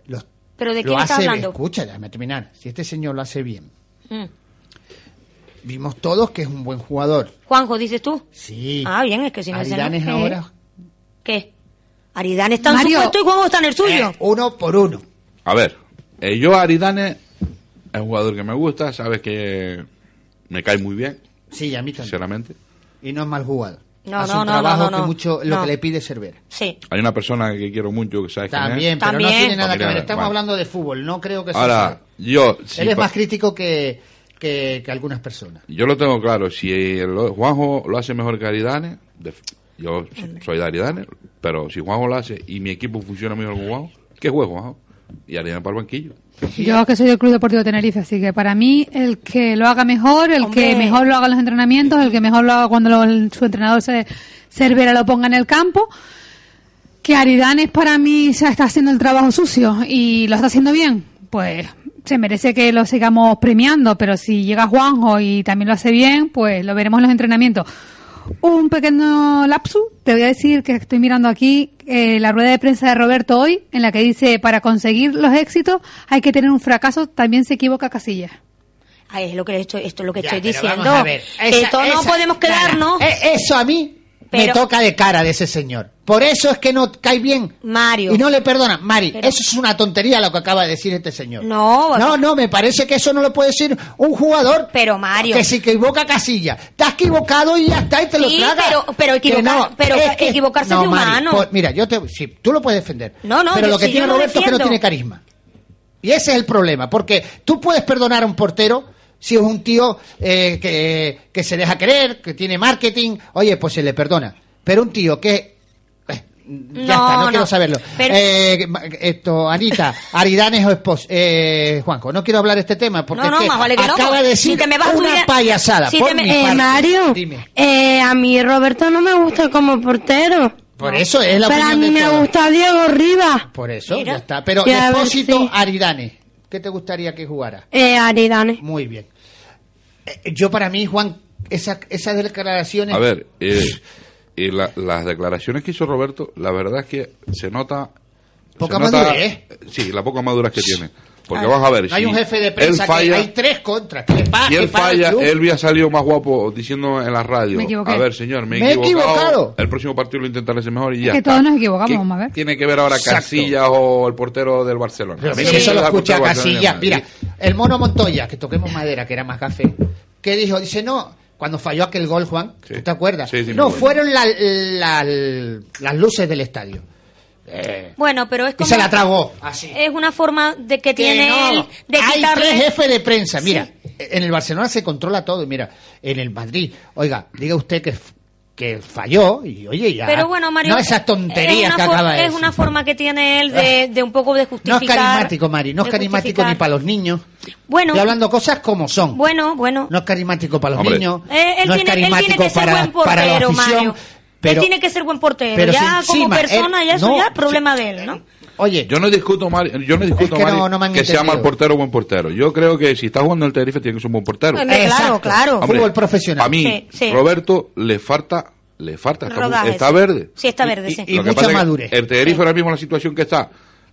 Speaker 3: los-
Speaker 6: ¿Pero de
Speaker 3: lo
Speaker 6: quién está
Speaker 3: hace,
Speaker 6: hablando?
Speaker 3: escucha, déjame terminar. Si este señor lo hace bien,
Speaker 6: Mm.
Speaker 3: vimos todos que es un buen jugador.
Speaker 6: Juanjo, dices tú.
Speaker 3: Sí.
Speaker 6: Ah, bien, es que si no dice
Speaker 3: Aridane es
Speaker 6: no, ¿qué?
Speaker 3: ahora
Speaker 6: ¿Qué? Aridane está en
Speaker 4: Mario.
Speaker 6: su puesto y Juanjo está en el suyo.
Speaker 3: eh, uno por uno.
Speaker 5: A ver, eh, yo Aridane es un jugador que me gusta, sabes que me cae muy bien,
Speaker 3: Sí, a mí también.
Speaker 5: sinceramente.
Speaker 3: Y no es mal jugado.
Speaker 6: No,
Speaker 3: hace
Speaker 6: no,
Speaker 3: un
Speaker 6: no,
Speaker 3: trabajo
Speaker 6: no, no,
Speaker 3: que
Speaker 6: no.
Speaker 3: mucho lo
Speaker 6: No.
Speaker 3: que le pide Cervera.
Speaker 6: Sí.
Speaker 5: Hay una persona que quiero mucho, que sabes quién es.
Speaker 3: También, pero no
Speaker 6: También.
Speaker 3: tiene nada que ver.
Speaker 5: Familiar,
Speaker 3: Estamos
Speaker 5: vale.
Speaker 3: hablando de fútbol, no creo que sea.
Speaker 5: Ahora, pues- yo... si
Speaker 3: Él es
Speaker 5: pa-
Speaker 3: más crítico que, que, que algunas personas.
Speaker 5: Yo lo tengo claro, si el- Juanjo lo hace mejor que Aridane, def- yo soy de Aridane, pero si Juanjo lo hace y mi equipo funciona mejor con Juanjo, ¿qué juego Juanjo? Y Aridane para el banquillo.
Speaker 4: Yo que soy del Club Deportivo Tenerife, así que para mí el que lo haga mejor, el
Speaker 6: Hombre.
Speaker 4: que mejor lo haga en los entrenamientos, el que mejor lo haga cuando lo- el- su entrenador se Cervera lo ponga en el campo, que Aridanes para mí ya está haciendo el trabajo sucio y lo está haciendo bien, pues se merece que lo sigamos premiando, pero si llega Juanjo y también lo hace bien, pues lo veremos en los entrenamientos. Un pequeño lapsus, te voy a decir que estoy mirando aquí eh, la rueda de prensa de Roberto hoy, en la que dice, para conseguir los éxitos hay que tener un fracaso, también se equivoca Casillas.
Speaker 6: Ay, es lo que esto, esto es lo que
Speaker 3: Ya,
Speaker 6: estoy
Speaker 3: pero
Speaker 6: diciendo.
Speaker 3: vamos a ver,
Speaker 6: que
Speaker 3: esa-
Speaker 6: todos no
Speaker 3: esa-
Speaker 6: podemos quedarnos.
Speaker 3: Cara, eh, eso a mí me
Speaker 6: Pero-
Speaker 3: toca de cara de ese señor. Por eso es que no cae bien.
Speaker 6: Mario.
Speaker 3: Y no le perdona. Mari,
Speaker 6: Pero-
Speaker 3: eso es una tontería lo que acaba de decir este señor.
Speaker 6: No,
Speaker 3: No, no, me parece que eso no lo puede decir un jugador.
Speaker 6: Pero, Mario.
Speaker 3: Que se equivoca Casilla. Te has equivocado y ya está, y te lo
Speaker 6: Sí,
Speaker 3: tragas.
Speaker 6: pero- pero
Speaker 3: Que
Speaker 6: equivocar- pero equivocarse es de
Speaker 3: Mari,
Speaker 6: humano.
Speaker 3: pues, mira, yo te, sí, tú lo puedes defender.
Speaker 6: No, no,
Speaker 3: Pero
Speaker 6: yo-
Speaker 3: lo que
Speaker 6: sí,
Speaker 3: tiene
Speaker 6: yo lo
Speaker 3: Roberto es que no
Speaker 6: defiendo.
Speaker 3: tiene carisma. Y ese es el problema, porque tú puedes perdonar a un portero si es un tío eh, que, que se deja querer, que tiene marketing, oye, pues se le perdona. Pero un tío que... eh, ya
Speaker 6: No,
Speaker 3: está, no,
Speaker 6: no.
Speaker 3: quiero saberlo.
Speaker 6: Pero-
Speaker 3: Eh, ma- esto, Anita, Aridanes o Espos, eh, Juanco, no quiero hablar de este tema porque
Speaker 6: No, no,
Speaker 3: es que
Speaker 6: más vale que no,
Speaker 3: acaba
Speaker 6: porque
Speaker 3: de
Speaker 6: si
Speaker 3: decir
Speaker 6: te me vas a
Speaker 3: una
Speaker 6: subir a-
Speaker 3: payasada.
Speaker 6: si
Speaker 3: por
Speaker 6: te me-
Speaker 3: mi
Speaker 6: Eh,
Speaker 3: parte.
Speaker 7: Mario,
Speaker 3: Dime.
Speaker 7: eh, a mí Roberto no me gusta como portero.
Speaker 3: Por eso es la
Speaker 7: pero a
Speaker 3: opinión
Speaker 7: mí
Speaker 3: de
Speaker 7: me
Speaker 3: todos.
Speaker 7: gusta Diego Rivas.
Speaker 3: Por eso,
Speaker 6: Mira.
Speaker 3: ya está. Pero
Speaker 7: Ya, a ver,
Speaker 3: Espósito,
Speaker 7: sí.
Speaker 3: Aridane, ¿qué te gustaría que jugara?
Speaker 7: Eh, Aridane.
Speaker 3: Muy bien. Eh, Yo para mí, Juan, esa- esas declaraciones...
Speaker 5: A ver, eh, y la- las declaraciones que hizo Roberto, la verdad es que se nota...
Speaker 3: Poca
Speaker 5: se nota-
Speaker 3: madurez, ¿eh?
Speaker 5: Sí, la poca madurez que tiene. Porque vas a ver,
Speaker 3: No hay
Speaker 5: si
Speaker 3: un jefe de
Speaker 5: él
Speaker 3: prensa
Speaker 5: falla-
Speaker 3: que hay tres contras. que pa-
Speaker 5: Si
Speaker 3: que
Speaker 5: él
Speaker 3: para el
Speaker 5: falla,
Speaker 3: club.
Speaker 5: él había salido más guapo diciendo en la radio.
Speaker 4: Me equivoqué.
Speaker 5: A ver, señor, me he,
Speaker 3: Me he
Speaker 5: equivocado.
Speaker 3: equivocado.
Speaker 5: El próximo partido lo intentaré hacer mejor y ya.
Speaker 4: que
Speaker 5: está.
Speaker 4: todos nos equivocamos,
Speaker 5: ¿Qué
Speaker 4: vamos a ver?
Speaker 5: Tiene que ver ahora
Speaker 3: Exacto.
Speaker 5: Casillas o el portero del Barcelona.
Speaker 3: Pero
Speaker 5: A mí
Speaker 3: si
Speaker 5: no me
Speaker 3: eso lo
Speaker 5: interesa el
Speaker 3: escucha
Speaker 5: portero del
Speaker 3: Casillas.
Speaker 5: Barcelona ni
Speaker 3: Mira,
Speaker 5: nada.
Speaker 3: el mono Montoya, que toquemos madera, que era más café, que dijo, dice, no, cuando falló aquel gol, Juan,
Speaker 5: Sí.
Speaker 3: ¿tú te acuerdas?
Speaker 5: Sí, sí, me
Speaker 3: no,
Speaker 5: acuerdo.
Speaker 3: fueron la- la- las luces del estadio. Eh,
Speaker 6: Bueno, pero es
Speaker 3: y
Speaker 6: como.
Speaker 3: se la tragó, así.
Speaker 6: Es una forma de que Eh, tiene
Speaker 3: Que no,
Speaker 6: él de
Speaker 3: hay
Speaker 6: quitarle.
Speaker 3: tres jefes de prensa. Mira, en el Barcelona se controla todo. Mira, en el Madrid, oiga, diga usted que, f- que falló y oye, ya.
Speaker 6: Pero bueno, Mario.
Speaker 3: No esas tonterías
Speaker 6: es una
Speaker 3: que
Speaker 6: for-
Speaker 3: acaba de
Speaker 6: Es
Speaker 3: decir. Ah.
Speaker 6: una forma que tiene él de, de un poco de
Speaker 3: No
Speaker 6: justificar.
Speaker 3: es carismático, Mari, no es
Speaker 6: de
Speaker 3: carismático ni
Speaker 6: justificar.
Speaker 3: para los niños.
Speaker 6: Bueno.
Speaker 3: Estoy hablando cosas como son.
Speaker 6: Bueno, bueno.
Speaker 3: No es carismático para los
Speaker 5: Hombre.
Speaker 3: niños,
Speaker 6: Eh, él
Speaker 3: no es
Speaker 6: tiene- él tiene
Speaker 3: carismático
Speaker 6: que ser
Speaker 3: para,
Speaker 6: buen portero,
Speaker 3: para la afición.
Speaker 6: Mario.
Speaker 3: Pero-
Speaker 6: él tiene que ser buen portero.
Speaker 3: pero
Speaker 6: ya
Speaker 3: si
Speaker 6: como
Speaker 3: encima
Speaker 6: persona,
Speaker 3: él-
Speaker 6: ya eso
Speaker 3: no,
Speaker 6: ya es
Speaker 3: si-
Speaker 6: problema de él, ¿no?
Speaker 3: Oye,
Speaker 5: Yo no discuto, Mari, yo no discuto
Speaker 3: que no-
Speaker 5: Mari,
Speaker 3: no me han
Speaker 5: que sea
Speaker 3: entendido.
Speaker 5: mal portero o buen portero. Yo creo que si está jugando en el Tenerife tiene que ser un buen portero.
Speaker 6: Hombre,
Speaker 3: Exacto.
Speaker 6: Claro, claro.
Speaker 3: Hombre, fútbol profesional.
Speaker 5: A mí,
Speaker 6: Sí, sí.
Speaker 5: Roberto, le falta, le falta, está,
Speaker 6: Rodaje,
Speaker 5: mu- está
Speaker 6: sí.
Speaker 5: verde.
Speaker 6: Sí, está verde, sí.
Speaker 3: y
Speaker 5: Lo que
Speaker 3: mucha
Speaker 5: pasa es que
Speaker 3: madurez.
Speaker 5: El Tenerife ahora mismo en la situación que está,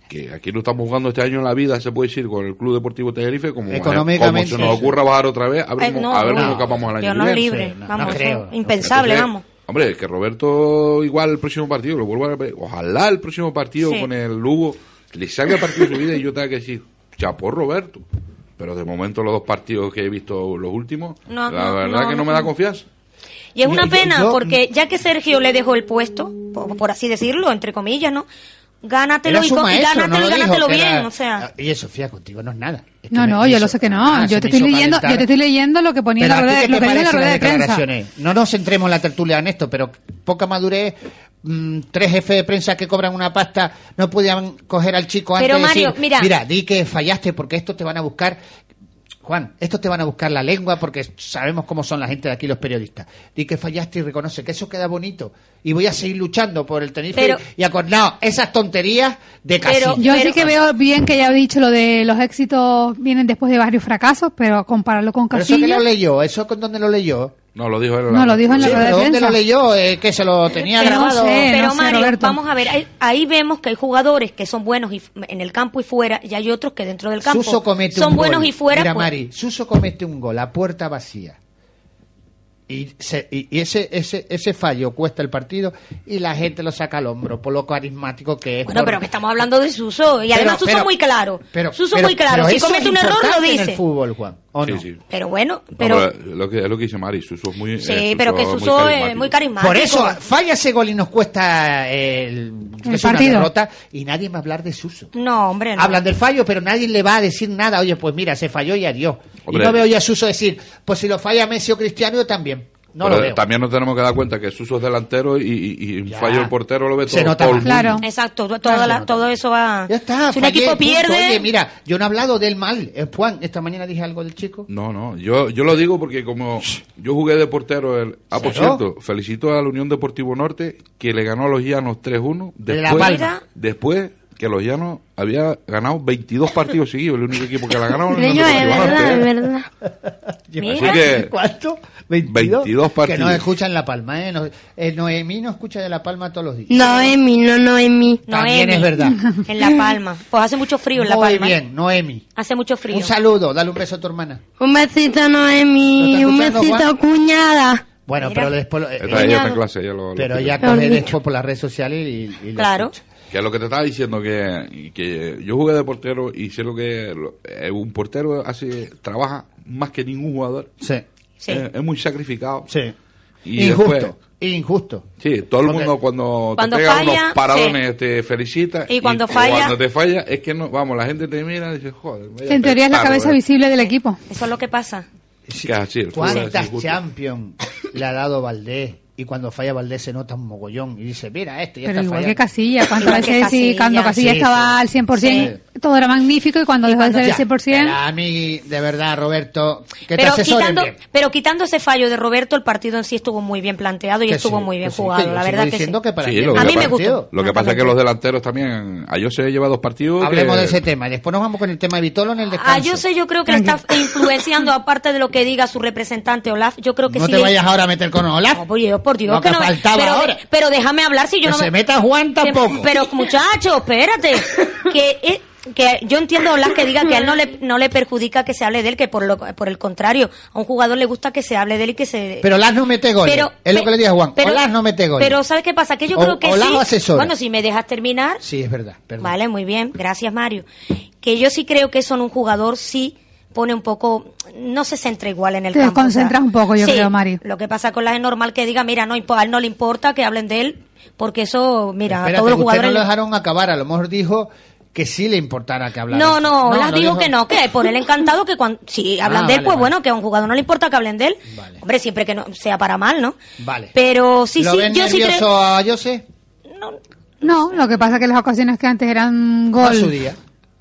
Speaker 5: que aquí no estamos jugando este año en la vida, se puede decir, con el Club Deportivo Tenerife, como,
Speaker 3: Económicamente,
Speaker 5: como se nos
Speaker 3: sí.
Speaker 5: ocurra bajar otra vez, a ver
Speaker 6: Ay,
Speaker 5: cómo,
Speaker 6: Eh, no,
Speaker 5: a ver
Speaker 6: no.
Speaker 5: cómo escapamos al año
Speaker 6: Dios
Speaker 5: que
Speaker 6: no
Speaker 5: viene.
Speaker 6: libre,
Speaker 3: Sí, no,
Speaker 6: vamos,
Speaker 3: no
Speaker 6: eso
Speaker 3: creo, no
Speaker 6: impensable,
Speaker 5: Entonces,
Speaker 6: vamos.
Speaker 5: Hombre, que Roberto igual el próximo partido, lo vuelvo a repetir, ojalá el próximo partido
Speaker 6: Sí.
Speaker 5: con el Lugo le salga partido de su vida y yo tenga que decir, chapó Roberto. Pero de momento los dos partidos que he visto los últimos,
Speaker 6: No,
Speaker 5: la
Speaker 6: no,
Speaker 5: verdad
Speaker 6: no,
Speaker 5: que no
Speaker 6: no.
Speaker 5: me da confianza.
Speaker 6: Y es una
Speaker 3: Yo- yo-
Speaker 6: pena,
Speaker 3: yo-
Speaker 6: porque ya que Sergio le dejó el puesto, por, por así decirlo, entre comillas, ¿no? Gánatelo
Speaker 3: era
Speaker 6: y,
Speaker 3: su
Speaker 6: co- y
Speaker 3: maestro,
Speaker 6: gánatelo
Speaker 3: no
Speaker 6: y
Speaker 3: lo dijo,
Speaker 6: gánatelo
Speaker 3: que
Speaker 6: bien,
Speaker 3: era-
Speaker 6: o sea.
Speaker 3: Oye, Sofía, contigo no es nada. Es que
Speaker 4: No,
Speaker 3: me-
Speaker 4: no,
Speaker 3: me
Speaker 4: yo lo
Speaker 3: hizo-
Speaker 4: sé que no.
Speaker 3: Ah, se
Speaker 4: yo te
Speaker 3: me hizo
Speaker 4: estoy leyendo,
Speaker 3: calentar.
Speaker 4: yo te estoy leyendo lo que ponía en
Speaker 3: Pero ¿a ti
Speaker 4: la rueda,
Speaker 3: qué
Speaker 4: lo
Speaker 3: te
Speaker 4: que leí en la
Speaker 3: parecen
Speaker 4: rueda
Speaker 3: las
Speaker 4: de prensa.
Speaker 3: declaraciones? eh? No nos centremos en la tertulia en esto, pero poca madurez. mm, tres jefes de prensa que cobran una pasta no podían coger al chico antes
Speaker 6: Pero,
Speaker 3: de decir,
Speaker 6: Mario, mira.
Speaker 3: di que fallaste porque estos te van a buscar. Juan, estos te van a buscar la lengua porque sabemos cómo son la gente de aquí los periodistas. Di que fallaste y reconoce que eso queda bonito. Y voy a seguir luchando por el tenis
Speaker 6: Pero-
Speaker 3: y acordado esas tonterías de
Speaker 6: Pero-
Speaker 3: casilla.
Speaker 4: Yo
Speaker 6: Pero-
Speaker 4: sí que veo bien que ya he dicho lo de los éxitos vienen después de varios fracasos, pero compararlo con
Speaker 3: Pero eso que
Speaker 4: Casillas.
Speaker 3: lo leyó, eso con dónde lo leyó.
Speaker 5: No, lo dijo él. en la-
Speaker 4: No, lo dijo en la
Speaker 3: Sí,
Speaker 4: rueda de
Speaker 3: pero ¿dónde
Speaker 4: prensa.
Speaker 3: lo leyó? Eh, que se lo tenía
Speaker 4: Que no
Speaker 3: grabado.
Speaker 4: sé.
Speaker 6: Pero
Speaker 4: no sé,
Speaker 6: Mario,
Speaker 4: Roberto.
Speaker 6: vamos a ver, ahí, ahí vemos que hay jugadores que son buenos y, f- en el campo y fuera, y hay otros que dentro del campo
Speaker 3: Suso comete
Speaker 6: son
Speaker 3: un
Speaker 6: buenos
Speaker 3: gol.
Speaker 6: y fuera.
Speaker 3: Mira,
Speaker 6: pues,
Speaker 3: Mari, Suso comete un gol a puerta vacía. Y, se- y- y ese, ese, ese fallo cuesta el partido y la gente lo saca al hombro por lo carismático que es.
Speaker 6: Bueno,
Speaker 3: por-
Speaker 6: pero que estamos hablando de Suso, y
Speaker 3: Pero-
Speaker 6: además Suso
Speaker 3: pero-
Speaker 6: muy claro.
Speaker 3: pero-
Speaker 6: Suso
Speaker 3: pero-
Speaker 6: muy claro,
Speaker 3: pero
Speaker 6: si
Speaker 3: eso
Speaker 6: comete
Speaker 3: es
Speaker 6: un error lo
Speaker 3: importante en
Speaker 6: dice.
Speaker 3: el fútbol, Juan. ¿o
Speaker 5: Sí,
Speaker 3: no?
Speaker 5: sí.
Speaker 6: Pero bueno,
Speaker 5: No,
Speaker 6: pero,
Speaker 5: pero lo que, es lo que dice Mari, Suso es muy.
Speaker 6: sí,
Speaker 5: eh,
Speaker 6: pero que
Speaker 5: es muy
Speaker 6: Suso es
Speaker 5: carismático.
Speaker 6: muy carismático.
Speaker 3: Por eso falla ese gol y nos cuesta el, que es una
Speaker 4: partido.
Speaker 3: derrota y nadie va a hablar de Suso.
Speaker 6: No, hombre, no.
Speaker 3: eh, Hablan del fallo, pero nadie le va a decir nada. Oye, pues mira, se falló y adiós.
Speaker 5: Hombre.
Speaker 3: Y no veo yo a Suso decir, pues si lo falla Messi o Cristiano, yo también. No
Speaker 5: Pero
Speaker 3: lo veo.
Speaker 5: También nos tenemos que dar cuenta que Suso es delantero y, y, y un
Speaker 3: Ya.
Speaker 5: fallo el portero lo ve todo.
Speaker 3: Se nota
Speaker 5: todo el
Speaker 3: más.
Speaker 5: mundo.
Speaker 4: Claro.
Speaker 6: Exacto, to- toda la- todo eso va.
Speaker 3: Ya está.
Speaker 6: si un
Speaker 3: fallé,
Speaker 6: equipo
Speaker 3: punto.
Speaker 6: pierde.
Speaker 3: Oye, mira, yo no he hablado del mal. Eh, Juan, esta mañana dije algo del chico.
Speaker 5: No, no, yo, yo lo digo porque como yo jugué de portero, el, ah, por
Speaker 3: ¿Claro?
Speaker 5: cierto, felicito a la Unión Deportivo Norte que le ganó a los Llanos 3-1
Speaker 3: De La
Speaker 5: después,
Speaker 6: Palma.
Speaker 5: después que los Llanos había ganado 22 partidos seguidos, el único equipo que la ganó. la Unión
Speaker 7: Yo, es
Speaker 5: Deportivo
Speaker 7: verdad, es
Speaker 5: Norte, ¿eh?
Speaker 7: verdad.
Speaker 5: Así que-
Speaker 3: ¿Cuánto?
Speaker 5: 22
Speaker 3: Que
Speaker 5: partidos.
Speaker 3: no escuchan La Palma, ¿eh? No- eh, Noemí no escucha de La Palma todos los días.
Speaker 7: Noemi, no Noemi.
Speaker 3: También
Speaker 6: Noemi.
Speaker 3: es verdad.
Speaker 6: En La Palma. Pues hace mucho frío en La
Speaker 3: Muy
Speaker 6: Palma. ¿eh?
Speaker 3: bien, Noemi.
Speaker 6: Hace mucho frío.
Speaker 3: Un saludo, dale un beso a tu hermana.
Speaker 7: Un besito,
Speaker 3: ¿Lo
Speaker 7: Noemi.
Speaker 3: está
Speaker 7: Un
Speaker 3: escuchando, Juan?
Speaker 7: besito, cuñada.
Speaker 3: Bueno,
Speaker 6: Mira.
Speaker 3: pero después... lo- eh,
Speaker 5: Está ahí,
Speaker 3: ella-
Speaker 5: está en clase, ya lo- lo
Speaker 3: pero
Speaker 5: explico.
Speaker 3: ya coge después por las redes sociales y, y lo
Speaker 6: Claro.
Speaker 3: escucha.
Speaker 5: Que lo que te estaba diciendo, que, que yo jugué de portero y sé lo que lo- eh, un portero hace trabaja más que ningún jugador.
Speaker 3: Sí,
Speaker 6: Sí.
Speaker 5: Es, es muy sacrificado.
Speaker 3: sí.
Speaker 5: Y
Speaker 3: injusto,
Speaker 5: después-
Speaker 3: injusto.
Speaker 5: Sí, todo el
Speaker 3: Porque-
Speaker 5: mundo cuando,
Speaker 6: Cuando
Speaker 5: te pega
Speaker 6: falla,
Speaker 5: unos paradones te felicita.
Speaker 6: Y cuando falla-
Speaker 5: cuando te falla, es que no, vamos, la gente te mira y dice, joder. vaya
Speaker 4: En teoría es la
Speaker 5: petardo,
Speaker 4: cabeza
Speaker 5: ¿eh?
Speaker 4: visible del equipo.
Speaker 6: Eso es lo que pasa.
Speaker 5: Que así, el fútbol es
Speaker 3: ¿Cuántas
Speaker 5: injusto.
Speaker 3: Champions le ha dado Valdés? Y cuando falla Valdés se nota un mogollón y dice, mira, este ya
Speaker 4: Pero
Speaker 3: está
Speaker 4: igual que
Speaker 3: fallando.
Speaker 4: Casilla, cuántas
Speaker 6: Igual que
Speaker 4: veces sí,
Speaker 6: Casillas.
Speaker 4: cuando Casilla
Speaker 3: Sí,
Speaker 4: estaba al 100%, todo era magnífico y cuando dejó de ser el
Speaker 3: Ya,
Speaker 4: 100%,
Speaker 3: pero a mí, de verdad, Roberto, que te
Speaker 6: Pero
Speaker 3: asesoren
Speaker 6: quitando,
Speaker 3: bien.
Speaker 6: pero quitando ese fallo de Roberto, el partido en sí estuvo muy bien planteado y
Speaker 3: Que
Speaker 6: estuvo
Speaker 3: sí,
Speaker 6: muy bien
Speaker 3: que sí,
Speaker 6: jugado.
Speaker 3: yo
Speaker 6: la
Speaker 3: sigo
Speaker 6: verdad que sí.
Speaker 3: diciendo que para
Speaker 5: Sí,
Speaker 3: mí es
Speaker 5: lo que
Speaker 6: a mí
Speaker 5: pasa-
Speaker 6: me
Speaker 3: partido.
Speaker 6: gustó.
Speaker 5: Lo que pasa es que los delanteros también. A yo se lleva dos partidos.
Speaker 3: Hablemos
Speaker 5: que-
Speaker 3: de ese tema. y Después nos vamos con el tema de Vitolo en el descanso.
Speaker 6: Ah, yo sé, yo creo que le está influenciando, aparte de lo que diga su representante Olaf, yo creo que
Speaker 3: no
Speaker 6: sí
Speaker 3: te
Speaker 6: le-
Speaker 3: vayas ahora a meter con Olaf.
Speaker 6: No, por Dios, por Dios,
Speaker 3: Lo
Speaker 6: que
Speaker 3: que
Speaker 6: no me-
Speaker 3: faltaba
Speaker 6: pero,
Speaker 3: ahora.
Speaker 6: pero déjame hablar si yo
Speaker 3: Que
Speaker 6: no me-
Speaker 3: se meta Juan tampoco.
Speaker 6: Pero muchachos, espérate, que eh, que yo entiendo a Blas que diga que a él no le no le perjudica que se hable de él, que por lo por el contrario, a un jugador le gusta que se hable de él y que se
Speaker 3: Pero Olaf no mete goles. es lo que le dije a Juan.
Speaker 6: pero-
Speaker 3: Olaf no mete goles.
Speaker 6: Pero ¿sabes qué pasa? Que yo
Speaker 3: O-
Speaker 6: creo que
Speaker 3: Olaz
Speaker 6: sí.
Speaker 3: lo asesora.
Speaker 6: Bueno, si me dejas terminar,
Speaker 3: Sí, es verdad. perdón.
Speaker 6: Vale, muy bien, gracias Mario. Que yo sí creo que eso en un jugador sí pone un poco, no se centra igual en el
Speaker 4: Te
Speaker 6: campo. o sea,
Speaker 4: desconcentras un poco, yo
Speaker 6: sí,
Speaker 4: creo, Mario.
Speaker 6: Lo que pasa con las es normal que diga, mira, no, impo- a él no le importa que hablen de él, porque eso, mira,
Speaker 3: Espérate,
Speaker 6: a todos los
Speaker 3: que usted
Speaker 6: jugadores...
Speaker 3: no lo
Speaker 6: le-
Speaker 3: dejaron acabar. A lo mejor dijo que sí le importara que hablara.
Speaker 6: no, no, las dijo, que
Speaker 3: no.
Speaker 6: no, que por él encantado que cuando, si hablan
Speaker 3: Ah,
Speaker 6: de él,
Speaker 3: vale,
Speaker 6: pues
Speaker 3: vale.
Speaker 6: bueno, que a un jugador no le importa que hablen de él.
Speaker 3: Vale.
Speaker 6: Hombre, siempre que no sea para mal, ¿no?
Speaker 3: Vale.
Speaker 6: Pero sí,
Speaker 3: ¿Lo
Speaker 6: sí,
Speaker 3: ven
Speaker 6: yo sí
Speaker 3: nervioso
Speaker 6: creo...
Speaker 3: a Jose?
Speaker 4: no, lo que pasa es que las ocasiones que antes eran
Speaker 3: A su
Speaker 4: gol
Speaker 3: día.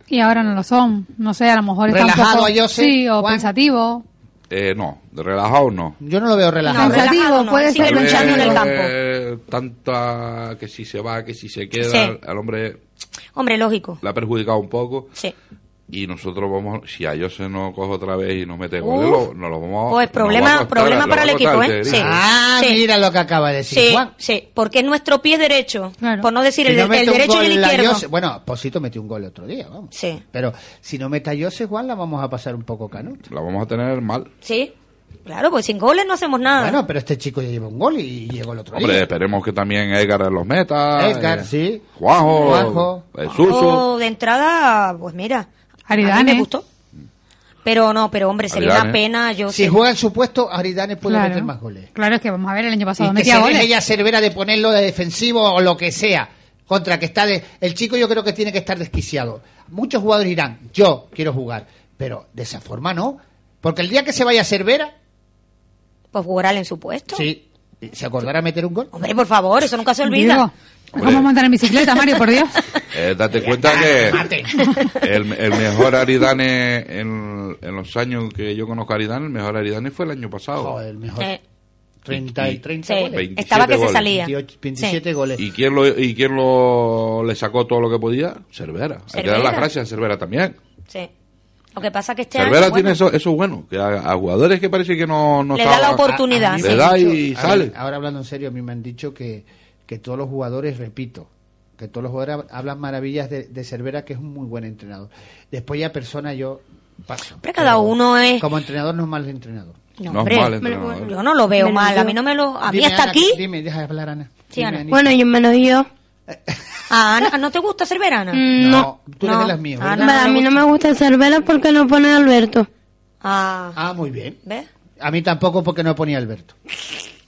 Speaker 4: y ahora no lo son. No sé, a lo mejor está un
Speaker 3: Relajado
Speaker 4: poco-
Speaker 3: a Jose,
Speaker 4: sí, o
Speaker 3: Juan.
Speaker 4: pensativo.
Speaker 5: Eh, no, de relajado no.
Speaker 3: Yo no lo veo relajado.
Speaker 6: No, relajado
Speaker 4: Pensativo,
Speaker 6: no,
Speaker 4: puede
Speaker 6: sigue
Speaker 4: ser
Speaker 5: Yo
Speaker 6: luchando
Speaker 4: pensativo.
Speaker 6: en el campo.
Speaker 5: eh, tanta que si se va, que si se queda,
Speaker 6: Sí.
Speaker 5: al hombre
Speaker 6: Hombre, lógico.
Speaker 5: la ha perjudicado un poco.
Speaker 6: Sí.
Speaker 5: Y nosotros vamos, si a Jose no coge otra vez y nos mete
Speaker 6: Uf.
Speaker 5: goles, lo- nos lo vamos
Speaker 6: Pues
Speaker 5: nos
Speaker 6: problema-
Speaker 5: va a costar,
Speaker 6: problema
Speaker 5: lo va
Speaker 6: para
Speaker 5: a
Speaker 6: el equipo,
Speaker 5: costar,
Speaker 6: ¿eh?
Speaker 5: te
Speaker 6: Sí.
Speaker 5: digo.
Speaker 3: Ah,
Speaker 6: Sí.
Speaker 3: mira lo que acaba de decir
Speaker 6: Sí,
Speaker 3: Juan.
Speaker 6: sí, porque es nuestro pie derecho,
Speaker 4: Claro.
Speaker 6: por no decir
Speaker 3: Si
Speaker 6: el,
Speaker 3: no
Speaker 6: el
Speaker 3: mete un
Speaker 6: derecho y el
Speaker 3: gol la
Speaker 6: izquierdo.
Speaker 3: Jose- bueno, Posito metió un gol el otro día, vamos.
Speaker 6: Sí.
Speaker 3: Pero si no meta Jose, Juan, la vamos a pasar un poco canuto.
Speaker 5: La vamos a tener mal.
Speaker 6: Sí, claro, pues sin goles no hacemos nada.
Speaker 3: Bueno, pero este chico ya lleva un gol y llegó el otro
Speaker 5: Hombre,
Speaker 3: día.
Speaker 5: esperemos que también Edgar los meta.
Speaker 3: Edgar,
Speaker 5: eh,
Speaker 3: sí.
Speaker 5: Juanjo. eh,
Speaker 3: Juanjo. Oh.
Speaker 5: El Suso.
Speaker 6: Yo, de entrada, pues mira, a mí
Speaker 4: Aridane.
Speaker 6: me gustó. Pero no, pero hombre, sería
Speaker 5: Aridane.
Speaker 6: una pena. Yo
Speaker 3: Si
Speaker 6: sé-
Speaker 3: juega en su puesto, Aridane puede meter más goles.
Speaker 4: Claro, es que vamos a ver, el año pasado
Speaker 3: Y que
Speaker 4: metía
Speaker 3: se
Speaker 4: goles.
Speaker 3: deje ya Cervera de ponerlo de defensivo o lo que sea. Contra que está de... El chico yo creo que tiene que estar desquiciado. Muchos jugadores dirán, yo quiero jugar. Pero de esa forma no. Porque el día que se vaya Cervera,
Speaker 6: Pues jugará en su puesto.
Speaker 3: sí, se acordará meter un gol.
Speaker 6: Hombre, por favor, eso nunca se olvida.
Speaker 4: Diego,
Speaker 5: Hombre.
Speaker 4: ¿Cómo montar en bicicleta, Mario, por Dios?
Speaker 5: Eh, date cuenta
Speaker 3: mate.
Speaker 5: que el, el mejor Aridane en, en los años que yo conozco a Aridane, el mejor Aridane fue el año pasado.
Speaker 3: Joder, mejor.
Speaker 6: Eh,
Speaker 3: 30 y 30
Speaker 6: sí,
Speaker 3: goles.
Speaker 5: 27
Speaker 6: estaba que
Speaker 5: goles.
Speaker 6: se salía.
Speaker 3: 28, 27
Speaker 6: Sí.
Speaker 3: goles.
Speaker 5: ¿Y quién, lo, ¿Y quién lo le sacó todo lo que podía? Cervera. Hay que dar las
Speaker 6: Cervera.
Speaker 5: gracias a Cervera también.
Speaker 6: sí. Lo que pasa que este
Speaker 5: Cervera
Speaker 6: año,
Speaker 5: tiene
Speaker 6: bueno,
Speaker 5: eso, eso bueno, que a, a jugadores que parece que no, no
Speaker 6: le da la
Speaker 5: estaba-
Speaker 6: oportunidad.
Speaker 5: Le
Speaker 6: sí.
Speaker 5: da y-
Speaker 3: A
Speaker 5: sale.
Speaker 3: ver, ahora hablando en serio, a mí me han dicho que, que todos los jugadores, repito, que todos los jugadores hab- hablan maravillas de, de Cervera, que es un muy buen entrenador. Después ya persona yo paso.
Speaker 6: Pero cada uno es-
Speaker 3: Como entrenador no es mal entrenador.
Speaker 6: No,
Speaker 5: No eh. es
Speaker 6: hombre,
Speaker 5: mal entrenador.
Speaker 6: yo no lo veo
Speaker 7: Me lo
Speaker 6: mal. A
Speaker 7: digo.
Speaker 6: mí no me lo. A mí
Speaker 3: Dime,
Speaker 6: hasta
Speaker 3: Ana,
Speaker 6: aquí.
Speaker 3: Dime, deja de hablar, Ana.
Speaker 6: Sí,
Speaker 3: Dime,
Speaker 6: Ana.
Speaker 3: Anita.
Speaker 7: Bueno, yo menos yo.
Speaker 6: Ah, Ana, ¿no te gusta Cervera, Ana?
Speaker 3: no,
Speaker 7: Mm, No.
Speaker 3: tú eres
Speaker 6: no.
Speaker 3: de las mías.
Speaker 6: Ah,
Speaker 3: ¿verdad?
Speaker 6: no.
Speaker 7: A mí no me gusta Cervera porque no pone a Alberto.
Speaker 6: Ah,
Speaker 3: Ah, muy bien.
Speaker 6: ¿ves?
Speaker 3: A mí tampoco porque no ponía Alberto.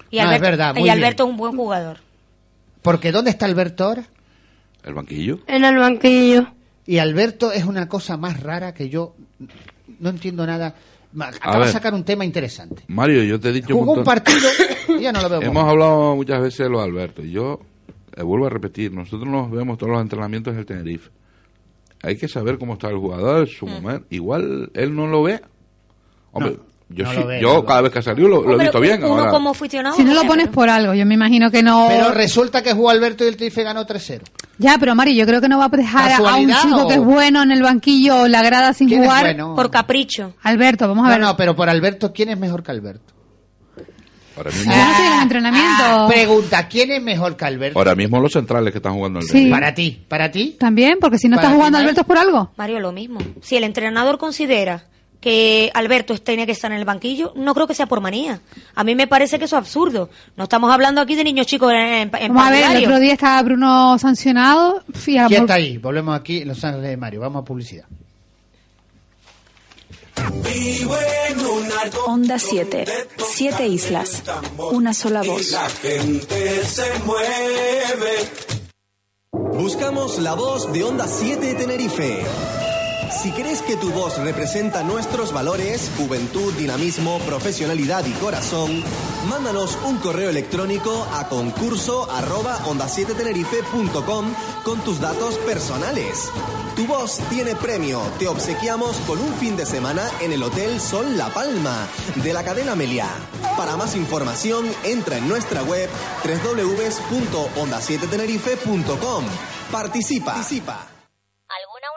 Speaker 6: Y
Speaker 3: No, es
Speaker 6: Alberto,
Speaker 3: verdad, muy
Speaker 6: y Alberto
Speaker 3: bien.
Speaker 6: es un buen jugador.
Speaker 3: Porque ¿dónde está Alberto ahora?
Speaker 5: El banquillo.
Speaker 7: En el banquillo.
Speaker 3: Y Alberto es una cosa más rara que yo no entiendo nada. Ma- Acaba de
Speaker 5: ver.
Speaker 3: sacar un tema interesante.
Speaker 5: Mario, yo te he dicho un
Speaker 3: Jugó un
Speaker 5: montón-
Speaker 3: partido y ya no lo veo.
Speaker 5: Hemos hablado muchas veces de lo de Alberto. y Yo eh, vuelvo a repetir, nosotros nos vemos todos los entrenamientos del Tenerife. Hay que saber cómo está el jugador, su
Speaker 3: Mm.
Speaker 5: momento. Igual él no lo ve. Hombre, yo,
Speaker 3: no
Speaker 5: sí-
Speaker 3: lo ve,
Speaker 5: yo
Speaker 3: no lo
Speaker 5: cada vez que ha salido lo, lo he
Speaker 6: Hombre,
Speaker 5: visto bien.
Speaker 6: Uno
Speaker 5: ahora.
Speaker 6: como aficionado.
Speaker 4: Si no lo
Speaker 6: sé,
Speaker 4: pones
Speaker 6: pero-
Speaker 4: por algo, yo me imagino que no...
Speaker 3: Pero resulta que jugó Alberto y el Tenerife ganó 3-0.
Speaker 4: Ya, pero Mario, yo creo que no va a dejar a un
Speaker 3: ¿Casualidad
Speaker 4: chico
Speaker 3: o-
Speaker 4: que es bueno en el banquillo o en la grada sin
Speaker 3: ¿Quién es
Speaker 4: jugar.
Speaker 3: bueno?
Speaker 6: Por capricho.
Speaker 4: Alberto, vamos a
Speaker 3: No,
Speaker 4: ver.
Speaker 3: no, pero por Alberto, ¿quién es mejor que Alberto? ah,
Speaker 5: Ahora mismo,
Speaker 4: Ah, no tienes entrenamiento.
Speaker 3: pregunta, ¿quién es mejor que Alberto?
Speaker 5: ahora mismo los centrales que están jugando el
Speaker 4: Sí.
Speaker 5: Tenerife.
Speaker 3: Para ti, para ti.
Speaker 4: También, porque si no
Speaker 3: Para
Speaker 4: está jugando
Speaker 3: ti,
Speaker 4: Alberto es por algo.
Speaker 6: Mario, lo mismo. Si el entrenador considera que Alberto tenía que estar en el banquillo, no creo que sea por manía. A mí me parece que eso es absurdo. No estamos hablando aquí de niños chicos en, en
Speaker 4: Vamos a ver, el
Speaker 6: partidario.
Speaker 4: otro día estaba Bruno sancionado. y a lo
Speaker 3: ¿Quién
Speaker 4: mejor-
Speaker 3: está ahí? Volvemos aquí en Los Ángeles de Mario. Vamos a publicidad.
Speaker 8: Onda 7. Siete islas. Una sola voz.
Speaker 9: Buscamos la voz de Onda 7 de Tenerife. Si crees que tu voz representa nuestros valores, juventud, dinamismo, profesionalidad y corazón, mándanos un correo electrónico a concurso arroba onda 7 tenerife.com con tus datos personales. Tu voz tiene premio. Te obsequiamos con un fin de semana en el Hotel Sol La Palma de la cadena Meliá. Para más información, entra en nuestra web www.onda7tenerife.com. Participa. Participa.
Speaker 10: ¿Alguna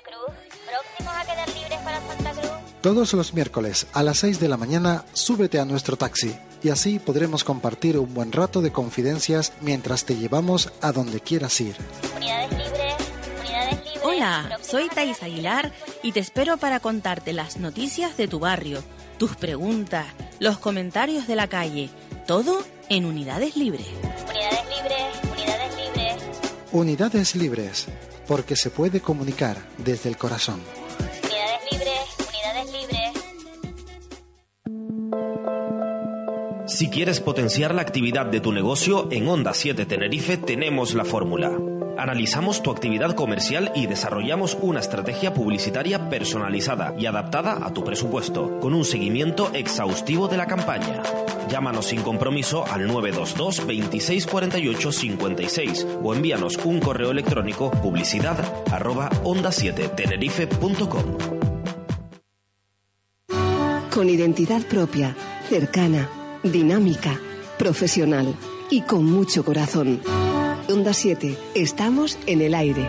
Speaker 10: unidad libre para Santa Cruz? ¿Próximos a quedar libres para Santa Cruz?
Speaker 11: Todos los miércoles a las 6 de la mañana, súbete a nuestro taxi y así podremos compartir un buen rato de confidencias mientras te llevamos a donde quieras ir.
Speaker 10: Unidades libres, unidades libres.
Speaker 8: Hola,
Speaker 10: Próximos
Speaker 8: soy
Speaker 10: a quedar
Speaker 8: Thais
Speaker 10: libres.
Speaker 8: Aguilar y te espero para contarte las noticias de tu barrio, tus preguntas, los comentarios de la calle, todo en unidades libres.
Speaker 10: Unidades libres, unidades libres.
Speaker 11: Unidades libres, porque se puede comunicar desde el corazón.
Speaker 10: Unidades libres, unidades libres.
Speaker 9: Si quieres potenciar la actividad de tu negocio, en Onda 7 Tenerife tenemos la fórmula. Analizamos tu actividad comercial y desarrollamos una estrategia publicitaria personalizada y adaptada a tu presupuesto, con un seguimiento exhaustivo de la campaña. Llámanos sin compromiso al 922 26 48 56 o envíanos un correo electrónico publicidad arroba onda 7 tenerife.com.
Speaker 12: con identidad propia, cercana, dinámica, profesional y con mucho corazón. Onda 7, estamos en el aire.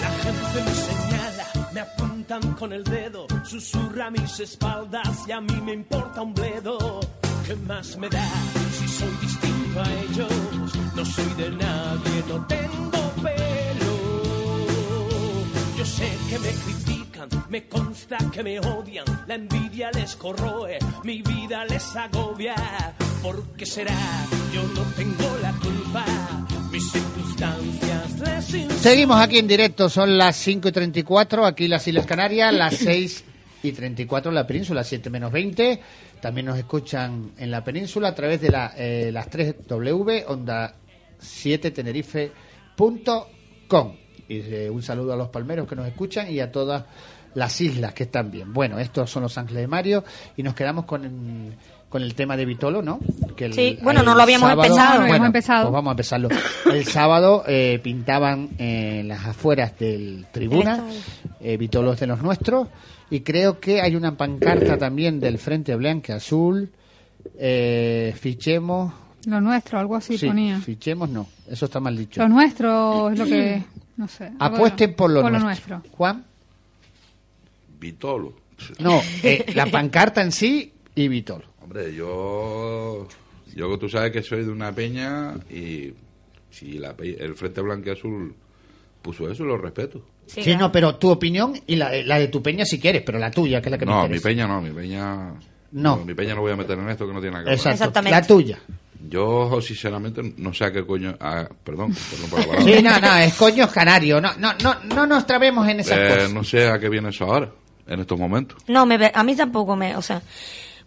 Speaker 2: La gente me señala, me apuntan con el dedo, susurra a mis espaldas y a mí me importa un bledo. ¿Qué más me da si soy distinto a ellos? No soy de nadie, no tengo pelo. Yo sé que me critican, me consta que me odian, la envidia les corroe, mi vida les agobia. ¿Por qué será? Yo no tengo la culpa, mis circunstancias les
Speaker 3: Seguimos aquí en directo, son las 5 y 34, aquí las Islas Canarias, las 6 y 34 en la península, 7 menos 20. También nos escuchan en la península a través de la, eh, las 3 W, onda 7 tenerife.com. Y eh, un saludo a los palmeros que nos escuchan y a todas las islas que están bien. Bueno, estos son los Ángeles de Mario y nos quedamos con, con el tema de Vitolo, ¿no? Que el-
Speaker 6: Sí, bueno,
Speaker 3: el
Speaker 6: no lo habíamos empezado. No lo habíamos empezado.
Speaker 3: pues vamos a empezarlo. El sábado eh, pintaban eh, en las afueras del tribuna, eh, Vitolo es de los nuestros, y creo que hay una pancarta también del Frente Blanca Azul, eh, fichemos,
Speaker 4: Lo nuestro, algo así
Speaker 3: sí,
Speaker 4: ponía.
Speaker 3: fichemos no, eso está mal dicho.
Speaker 4: Lo nuestro es lo que. No sé. algo de lo-
Speaker 3: Apuesten por lo nuestro.
Speaker 4: nuestro.
Speaker 3: Juan,
Speaker 5: Vitolo.
Speaker 3: no, eh, la pancarta en sí y Vitolo.
Speaker 5: Hombre, yo. Yo, tú sabes que soy de una peña y. Si la pe- el Frente Blanco y Azul puso eso, lo respeto.
Speaker 3: Sí, no, pero tu opinión y la, la de tu peña si quieres, pero la tuya, que es la que me
Speaker 5: No, mi
Speaker 3: interesa.
Speaker 5: peña no, mi peña.
Speaker 3: No.
Speaker 5: Mi peña no voy a meter en esto que no tiene nada que ver.
Speaker 3: Exacto. La tuya.
Speaker 5: Yo, sinceramente, no sé a qué coño. ah, perdón, perdón por la palabra.
Speaker 3: Sí, no, no, es coño canario. No, no, no, no nos trabemos en esas
Speaker 5: Eh,
Speaker 3: cosas.
Speaker 5: no sé a qué viene eso ahora, en estos momentos.
Speaker 6: No, me, ve- a mí tampoco me. O sea,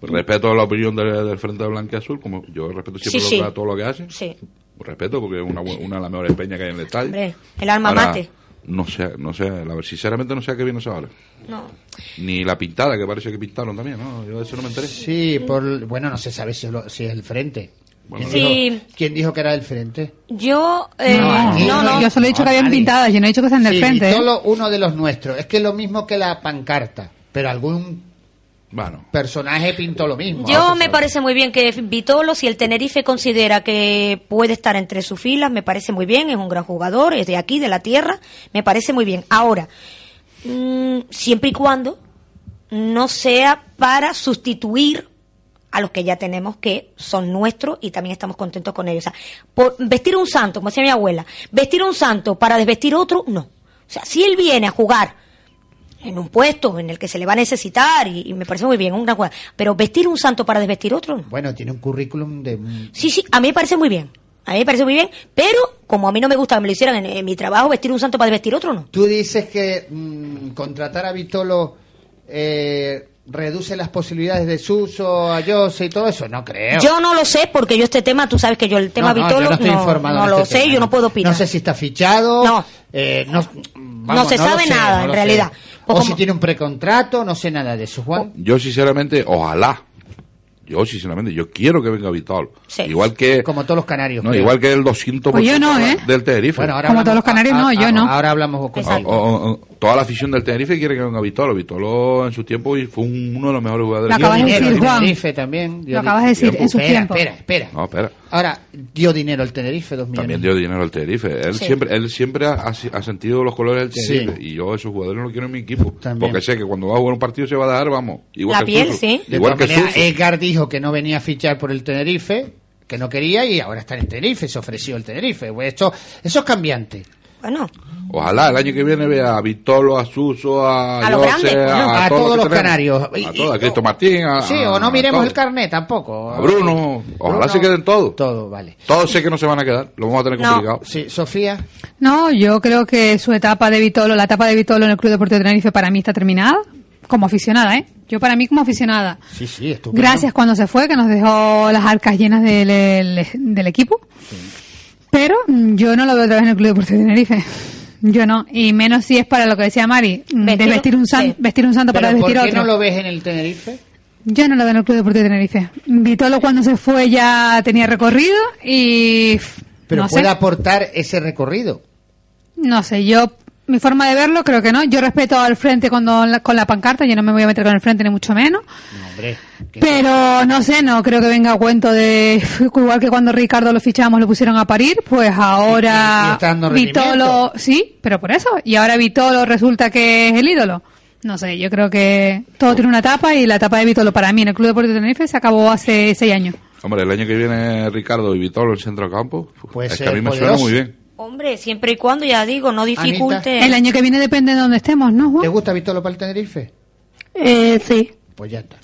Speaker 5: Respeto la opinión de- del Frente Blanca y Azul, como yo respeto siempre
Speaker 6: Sí,
Speaker 5: lo-
Speaker 6: sí.
Speaker 5: todo lo que hacen.
Speaker 6: sí.
Speaker 5: Respeto porque es una, bu- una de las mejores peñas que hay en el estadio.
Speaker 6: Hombre, el alma
Speaker 5: Ahora,
Speaker 6: mate.
Speaker 5: No sé, no sé, la, ver- sinceramente no sé a qué viene eso ahora.
Speaker 6: No.
Speaker 5: Ni la pintada, que parece que pintaron también, ¿no? Yo de eso no me enteré.
Speaker 3: Sí, por, bueno, no se sabe si, es lo- si es el frente.
Speaker 5: Bueno,
Speaker 3: ¿Quién,
Speaker 6: Sí.
Speaker 3: dijo, quién dijo que era el frente?
Speaker 6: Yo. eh, no, no.
Speaker 4: Yo solo he dicho que habían
Speaker 3: nadie.
Speaker 4: pintadas, yo no he dicho que sean del
Speaker 3: Sí,
Speaker 4: frente. ¿eh?
Speaker 3: Vitolo, uno de los nuestros. Es que es lo mismo que la pancarta, pero algún
Speaker 5: bueno.
Speaker 3: personaje pintó lo mismo. Ah, pues,
Speaker 6: Yo me parece muy bien que Vitolo, si el Tenerife considera que puede estar entre sus filas, me parece muy bien, es un gran jugador, es de aquí, de la tierra, me parece muy bien. Ahora, mm, siempre y cuando no sea para sustituir a los que ya tenemos que son nuestros y también estamos contentos con ellos. O sea, por vestir un santo, como decía mi abuela, vestir un santo para desvestir otro, no. O sea, si él viene a jugar en un puesto en el que se le va a necesitar y, y me parece muy bien, un gran jugador, pero vestir un santo para desvestir otro, no.
Speaker 3: Bueno, tiene un currículum de...
Speaker 6: Sí, sí, a mí me parece muy bien. A mí me parece muy bien, pero como a mí no me gusta que me lo hicieran en, en mi trabajo, vestir un santo para desvestir otro, no.
Speaker 3: Tú dices que mm, contratar a Vitolo eh, reduce las posibilidades de su uso a Jose y todo eso. No creo.
Speaker 6: Yo no lo sé porque yo este tema, tú sabes que yo el tema
Speaker 3: no, no,
Speaker 6: Vitolo
Speaker 3: yo no, estoy
Speaker 6: no-
Speaker 3: informado
Speaker 6: no
Speaker 3: de
Speaker 6: lo
Speaker 3: este
Speaker 6: sé,
Speaker 3: tema,
Speaker 6: yo no puedo opinar.
Speaker 3: No sé si está fichado.
Speaker 6: No.
Speaker 3: eh, no,
Speaker 6: No se
Speaker 3: lo
Speaker 6: sabe nada, en
Speaker 3: lo
Speaker 6: realidad.
Speaker 3: sé.
Speaker 6: Pues
Speaker 3: o
Speaker 6: como-
Speaker 3: si tiene un precontrato, no sé nada de eso, Juan.
Speaker 5: Yo, sinceramente, ojalá. Yo, sinceramente, yo quiero que venga Vital. Igual que.
Speaker 3: Como todos los canarios.
Speaker 5: No,
Speaker 3: creo.
Speaker 5: igual que el 200%
Speaker 3: Pues yo no, ¿eh?
Speaker 5: del Tenerife.
Speaker 3: Bueno, ahora Como hablamos- todos los canarios, ah, no, ah, yo ah, no. ahora hablamos con-
Speaker 5: O- o- o- Toda la afición del Tenerife quiere que venga Vitolo. Vitolo en su tiempo y fue un- uno de los mejores jugadores.
Speaker 3: Lo acabas de decir, Juan.
Speaker 5: Tenerife
Speaker 3: también.
Speaker 4: Lo acabas de decir, en sus
Speaker 3: Espera,
Speaker 4: tiempos.
Speaker 3: espera, espera.
Speaker 5: No, espera.
Speaker 3: Ahora, dio dinero el Tenerife, dos millones.
Speaker 5: También dio dinero al Tenerife. Él
Speaker 3: Sí.
Speaker 5: siempre, él siempre ha, ha si- ha sentido los colores del
Speaker 3: Sí.
Speaker 5: Tenerife. Y yo a esos jugadores no los quiero en mi equipo. Porque sé que cuando va a jugar un partido se va a dar, vamos. Igual
Speaker 3: La
Speaker 5: que
Speaker 3: piel,
Speaker 5: Suso.
Speaker 3: sí. De
Speaker 5: Igual que
Speaker 3: todas maneras,
Speaker 5: Suso.
Speaker 3: Edgar dijo que no venía a fichar por el Tenerife, que no quería y ahora está en el Tenerife, se ofreció el Tenerife. Pues esto, eso es cambiante.
Speaker 6: Bueno,
Speaker 5: Ojalá el año que viene vea a Vitolo, a Suso, a,
Speaker 3: A los
Speaker 5: Jose,
Speaker 3: grandes, ¿no? A
Speaker 5: todo
Speaker 3: todos
Speaker 5: que
Speaker 3: los
Speaker 5: tenemos.
Speaker 3: canarios.
Speaker 5: A todos, a Cristo Martín, a,
Speaker 3: sí, o no
Speaker 5: a
Speaker 3: miremos
Speaker 5: todos.
Speaker 3: el carnet tampoco.
Speaker 5: Ah, A Bruno. Ojalá
Speaker 3: Bruno.
Speaker 5: se queden todos.
Speaker 3: Todo, vale.
Speaker 5: Todos sé que no se van a quedar. Lo vamos a tener
Speaker 4: No.
Speaker 5: complicado.
Speaker 3: Sí, Sofía.
Speaker 4: No, yo creo que su etapa de Vitolo, la etapa de Vitolo en el Club Deportivo Tenerife para mí está terminada, como aficionada, ¿eh? Yo para mí como aficionada.
Speaker 3: Sí, sí, estupendo.
Speaker 4: Gracias cuando se fue, que nos dejó las arcas llenas del, del- del equipo. Pero mm, yo no lo veo otra vez en el Club Deportivo Tenerife. Yo no. Y menos si es para lo que decía Mari, mm, de
Speaker 3: Vestir-
Speaker 4: vestir un, san-
Speaker 3: sí.
Speaker 4: vestir un santo para
Speaker 3: ¿Pero
Speaker 4: vestir
Speaker 3: ¿Por qué
Speaker 4: otro.
Speaker 3: no lo ves en el Tenerife?
Speaker 4: Yo no lo veo en el Club Deportivo Tenerife. Vitolo cuando se fue ya tenía recorrido y... pff,
Speaker 3: Pero
Speaker 4: no sé.
Speaker 3: puede aportar ese recorrido.
Speaker 4: No sé, yo, mi forma de verlo, creo que no. Yo respeto al frente cuando, la- con la pancarta, yo no me voy a meter con el frente, ni mucho menos.
Speaker 3: Hombre,
Speaker 4: Pero no sé, no creo que venga a cuento de. Igual que cuando Ricardo lo fichamos, lo pusieron a parir, pues
Speaker 3: Y- y- y
Speaker 4: ahora.
Speaker 3: está dando
Speaker 4: Vitolo.
Speaker 3: rendimiento.
Speaker 4: Sí, pero por eso. Y ahora Vitolo resulta que es el ídolo. No sé, yo creo que todo tiene una etapa y la etapa de Vitolo para mí en el Club Deportivo de Tenerife se acabó hace seis años.
Speaker 5: Hombre, el año que viene Ricardo y Vitolo en centro campo.
Speaker 3: Puede
Speaker 5: es que
Speaker 3: ser
Speaker 5: a mí me suena
Speaker 3: Pues poderoso.
Speaker 5: muy bien.
Speaker 6: Hombre, siempre y cuando, ya digo, no dificulte.
Speaker 4: El año que viene depende de dónde estemos, ¿no, Juan?
Speaker 3: ¿Te gusta Vitolo para el Tenerife?
Speaker 7: Eh, sí.
Speaker 3: Pues ya está.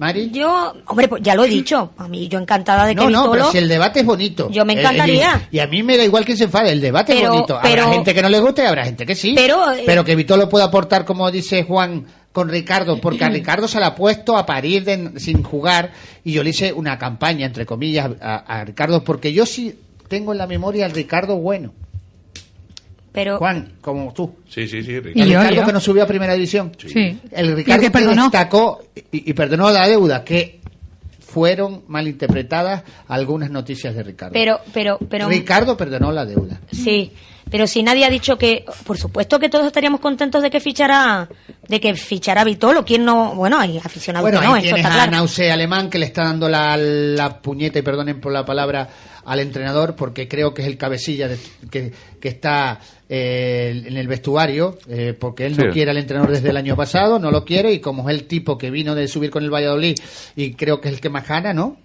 Speaker 3: Mari.
Speaker 6: Yo, hombre, pues ya lo he dicho. A mí, yo encantada de que
Speaker 3: No, no,
Speaker 6: Vitolo.
Speaker 3: pero si el debate es bonito.
Speaker 6: Yo me
Speaker 3: El- el-
Speaker 6: encantaría.
Speaker 3: y a mí me da igual quién se enfade, el debate
Speaker 6: Pero-
Speaker 3: es bonito.
Speaker 6: pero-
Speaker 3: habrá gente que no le guste y habrá gente que sí.
Speaker 6: Pero, eh,
Speaker 3: pero que Vitolo pueda aportar, como dice Juan, con Ricardo, porque a Ricardo se la ha puesto a parir de- sin jugar y yo le hice una campaña, entre comillas, a, a Ricardo, porque yo sí tengo en la memoria al Ricardo bueno.
Speaker 6: Pero,
Speaker 3: Juan, como tú.
Speaker 5: Sí, sí, sí, Ricardo.
Speaker 3: El Ricardo que no subió a primera división.
Speaker 4: Sí.
Speaker 3: El Ricardo
Speaker 4: Y el que perdonó.
Speaker 3: destacó y, y perdonó la deuda, que fueron malinterpretadas algunas noticias de Ricardo.
Speaker 6: pero, pero, pero.
Speaker 3: Ricardo perdonó la deuda.
Speaker 6: Sí, pero si nadie ha dicho que, por supuesto que todos estaríamos contentos de que fichara, de que fichara Vitolo, quién no, bueno, hay aficionados
Speaker 3: Bueno,
Speaker 6: que no,
Speaker 3: ahí
Speaker 6: eso
Speaker 3: tienes
Speaker 6: está
Speaker 3: a
Speaker 6: claro.
Speaker 3: Nause Alemán que le está dando la, la puñeta, y perdonen por la palabra, al entrenador, porque creo que es el cabecilla de- que, que está eh, en el vestuario, eh, porque él
Speaker 13: Sí.
Speaker 3: no quiere al entrenador desde el año pasado, no lo quiere, y como es el tipo que vino de subir con el Valladolid, y creo que es el que más gana, ¿no?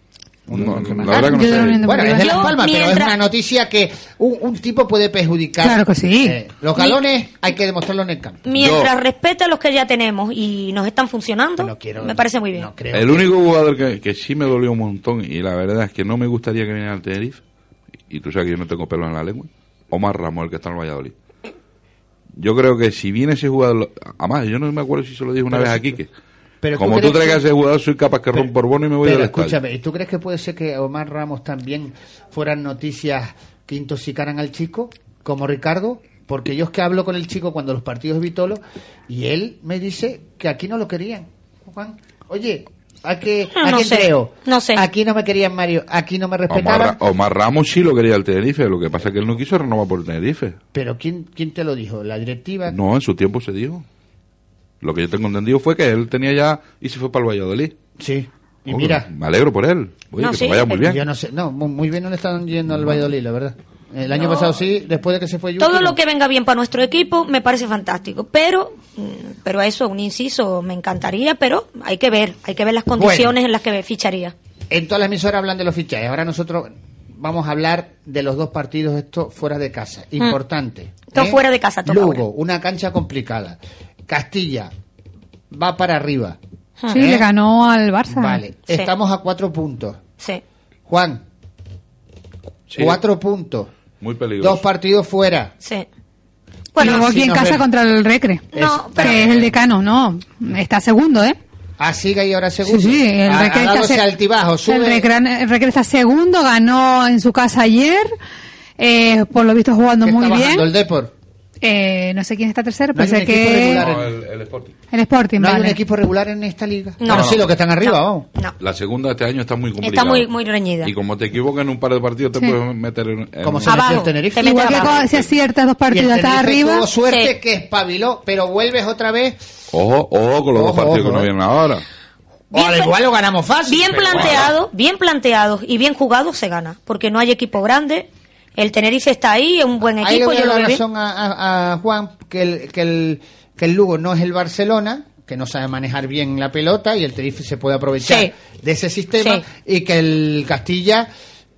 Speaker 5: No, la verdad que no sé.
Speaker 3: Bueno, es de Las
Speaker 6: Yo,
Speaker 3: Palmas, pero es
Speaker 6: mientras-
Speaker 3: una noticia que un, un tipo puede perjudicar.
Speaker 4: Claro que sí.
Speaker 3: Eh, los galones hay que demostrarlo en el campo.
Speaker 6: Mientras respeta a los que ya tenemos y nos están funcionando, me parece muy bien.
Speaker 5: El único jugador que, que sí me dolió un montón y la verdad es que no me gustaría que viniera al Tenerife, y tú sabes que yo no tengo pelo en la lengua, Omar Ramos, el que está en el Valladolid. Yo creo que si viene ese jugador, además yo no me acuerdo si se lo dije una
Speaker 3: Pero
Speaker 5: vez
Speaker 3: sí,
Speaker 5: a Quique,
Speaker 3: pero tú
Speaker 5: como tú
Speaker 3: crees
Speaker 5: traigas
Speaker 3: que-
Speaker 5: ese jugador soy capaz que rompo el bono y me voy
Speaker 3: Pero
Speaker 5: del estadio.
Speaker 3: escúchame, ¿y tú crees que puede ser que Omar Ramos también fueran noticias que intoxicaran al chico, como Ricardo? Porque yo es que hablo con el chico cuando los partidos de Vitolo y él me dice que aquí no lo querían. Juan, oye, ¿a qué,
Speaker 6: No,
Speaker 3: a
Speaker 6: no
Speaker 3: quién
Speaker 6: sé,
Speaker 3: creo? Aquí no me querían, Mario, aquí no me
Speaker 5: Omar,
Speaker 3: respetaban.
Speaker 5: Ra- Omar Ramos sí lo quería al Tenerife, lo que pasa es que él no quiso renovar por el Tenerife.
Speaker 3: Pero ¿quién, ¿quién te lo dijo? ¿La directiva?
Speaker 5: No, en su tiempo se dijo. Lo que yo tengo entendido fue que él tenía ya y se fue para el Valladolid.
Speaker 3: Sí. Y
Speaker 5: Oh,
Speaker 3: mira.
Speaker 5: Me alegro por él. Oye,
Speaker 3: No,
Speaker 5: que
Speaker 3: sí, eh,
Speaker 5: te vaya muy bien.
Speaker 3: Yo no sé, no, mu- muy bien no le están yendo al Valladolid, la verdad. El año pasado sí, después de que se fue Yuki,
Speaker 6: Todo
Speaker 3: no.
Speaker 6: lo que venga bien para nuestro equipo me parece fantástico, pero, mm, pero a eso un inciso me encantaría, pero hay que ver, hay que ver las condiciones en las que me ficharía.
Speaker 3: En todas las emisoras hablan de los fichajes. Ahora nosotros vamos a hablar de los dos partidos estos fuera de casa.
Speaker 6: Mm.
Speaker 3: Importante. ¿eh?
Speaker 6: Esto fuera de casa toca
Speaker 3: Lugo,
Speaker 6: ahora.
Speaker 3: una cancha complicada. Castilla va para arriba.
Speaker 4: Sí,
Speaker 3: ¿Eh?
Speaker 4: le ganó al Barça.
Speaker 3: Vale. Estamos a cuatro puntos.
Speaker 6: Sí.
Speaker 3: Juan,
Speaker 5: Sí.
Speaker 3: cuatro puntos.
Speaker 5: Muy
Speaker 3: Dos
Speaker 5: peligroso.
Speaker 3: partidos fuera.
Speaker 6: Sí.
Speaker 4: Y luego
Speaker 3: Sí,
Speaker 4: aquí en
Speaker 3: nos
Speaker 4: casa
Speaker 3: vemos.
Speaker 4: contra el Recre,
Speaker 3: No,
Speaker 4: que es el decano, no, está segundo, ¿eh?
Speaker 3: Ah, sigue y ahora segundo. Ah,
Speaker 4: Sí, sí, el
Speaker 3: Ha- ha
Speaker 4: Recre
Speaker 3: dado
Speaker 4: está
Speaker 3: ese
Speaker 4: se-
Speaker 3: altibajo, sube.
Speaker 4: El Recre, el Recre está segundo, ganó en su casa ayer, eh, por lo visto jugando
Speaker 3: que
Speaker 4: muy
Speaker 3: está
Speaker 4: bien.
Speaker 3: bajando el Depor.
Speaker 4: Eh, no sé quién está tercero,
Speaker 3: No
Speaker 4: pero
Speaker 3: hay un
Speaker 4: sé
Speaker 3: equipo
Speaker 4: que
Speaker 3: regular en-
Speaker 5: el Sporting.
Speaker 4: el Sporting,
Speaker 3: No hay un
Speaker 4: vale.
Speaker 3: equipo regular en esta liga.
Speaker 5: No.
Speaker 3: Pero sí, los que están arriba,
Speaker 5: No.
Speaker 3: vamos.
Speaker 5: La segunda este año está muy complicada.
Speaker 6: Está muy, muy reñida.
Speaker 5: Y como te equivocas en un par de partidos, te
Speaker 4: Sí.
Speaker 5: puedes meter en. en
Speaker 3: Como
Speaker 5: un-
Speaker 3: se metió Abajo. el Tenerife. Te
Speaker 4: Igual
Speaker 3: mete
Speaker 4: que
Speaker 3: abajo.
Speaker 4: cuando se aciertas
Speaker 3: Y
Speaker 4: dos
Speaker 3: el
Speaker 4: partidos, estás
Speaker 3: Tenerife
Speaker 4: arriba.
Speaker 3: Tuvo suerte que espabiló, pero vuelves otra vez.
Speaker 5: Ojo, ojo con los dos
Speaker 3: Ojo,
Speaker 5: partidos
Speaker 3: ojo,
Speaker 5: que no
Speaker 3: eh.
Speaker 5: vienen ahora.
Speaker 3: O al igual lo ganamos fácil.
Speaker 6: Bien
Speaker 3: pero
Speaker 6: planteado, bien planteado y bien jugado se gana, porque no hay equipo grande. El Tenerife está ahí, es un buen
Speaker 3: bueno. Ahí le
Speaker 6: equipo.
Speaker 3: doy
Speaker 6: yo lo
Speaker 3: la
Speaker 6: veo bien.
Speaker 3: razón a, a- a Juan que el, que, el, que el Lugo no es el Barcelona, que no sabe manejar bien la pelota y el Tenerife se puede aprovechar
Speaker 6: Sí.
Speaker 3: de ese sistema
Speaker 6: Sí.
Speaker 3: y que el Castilla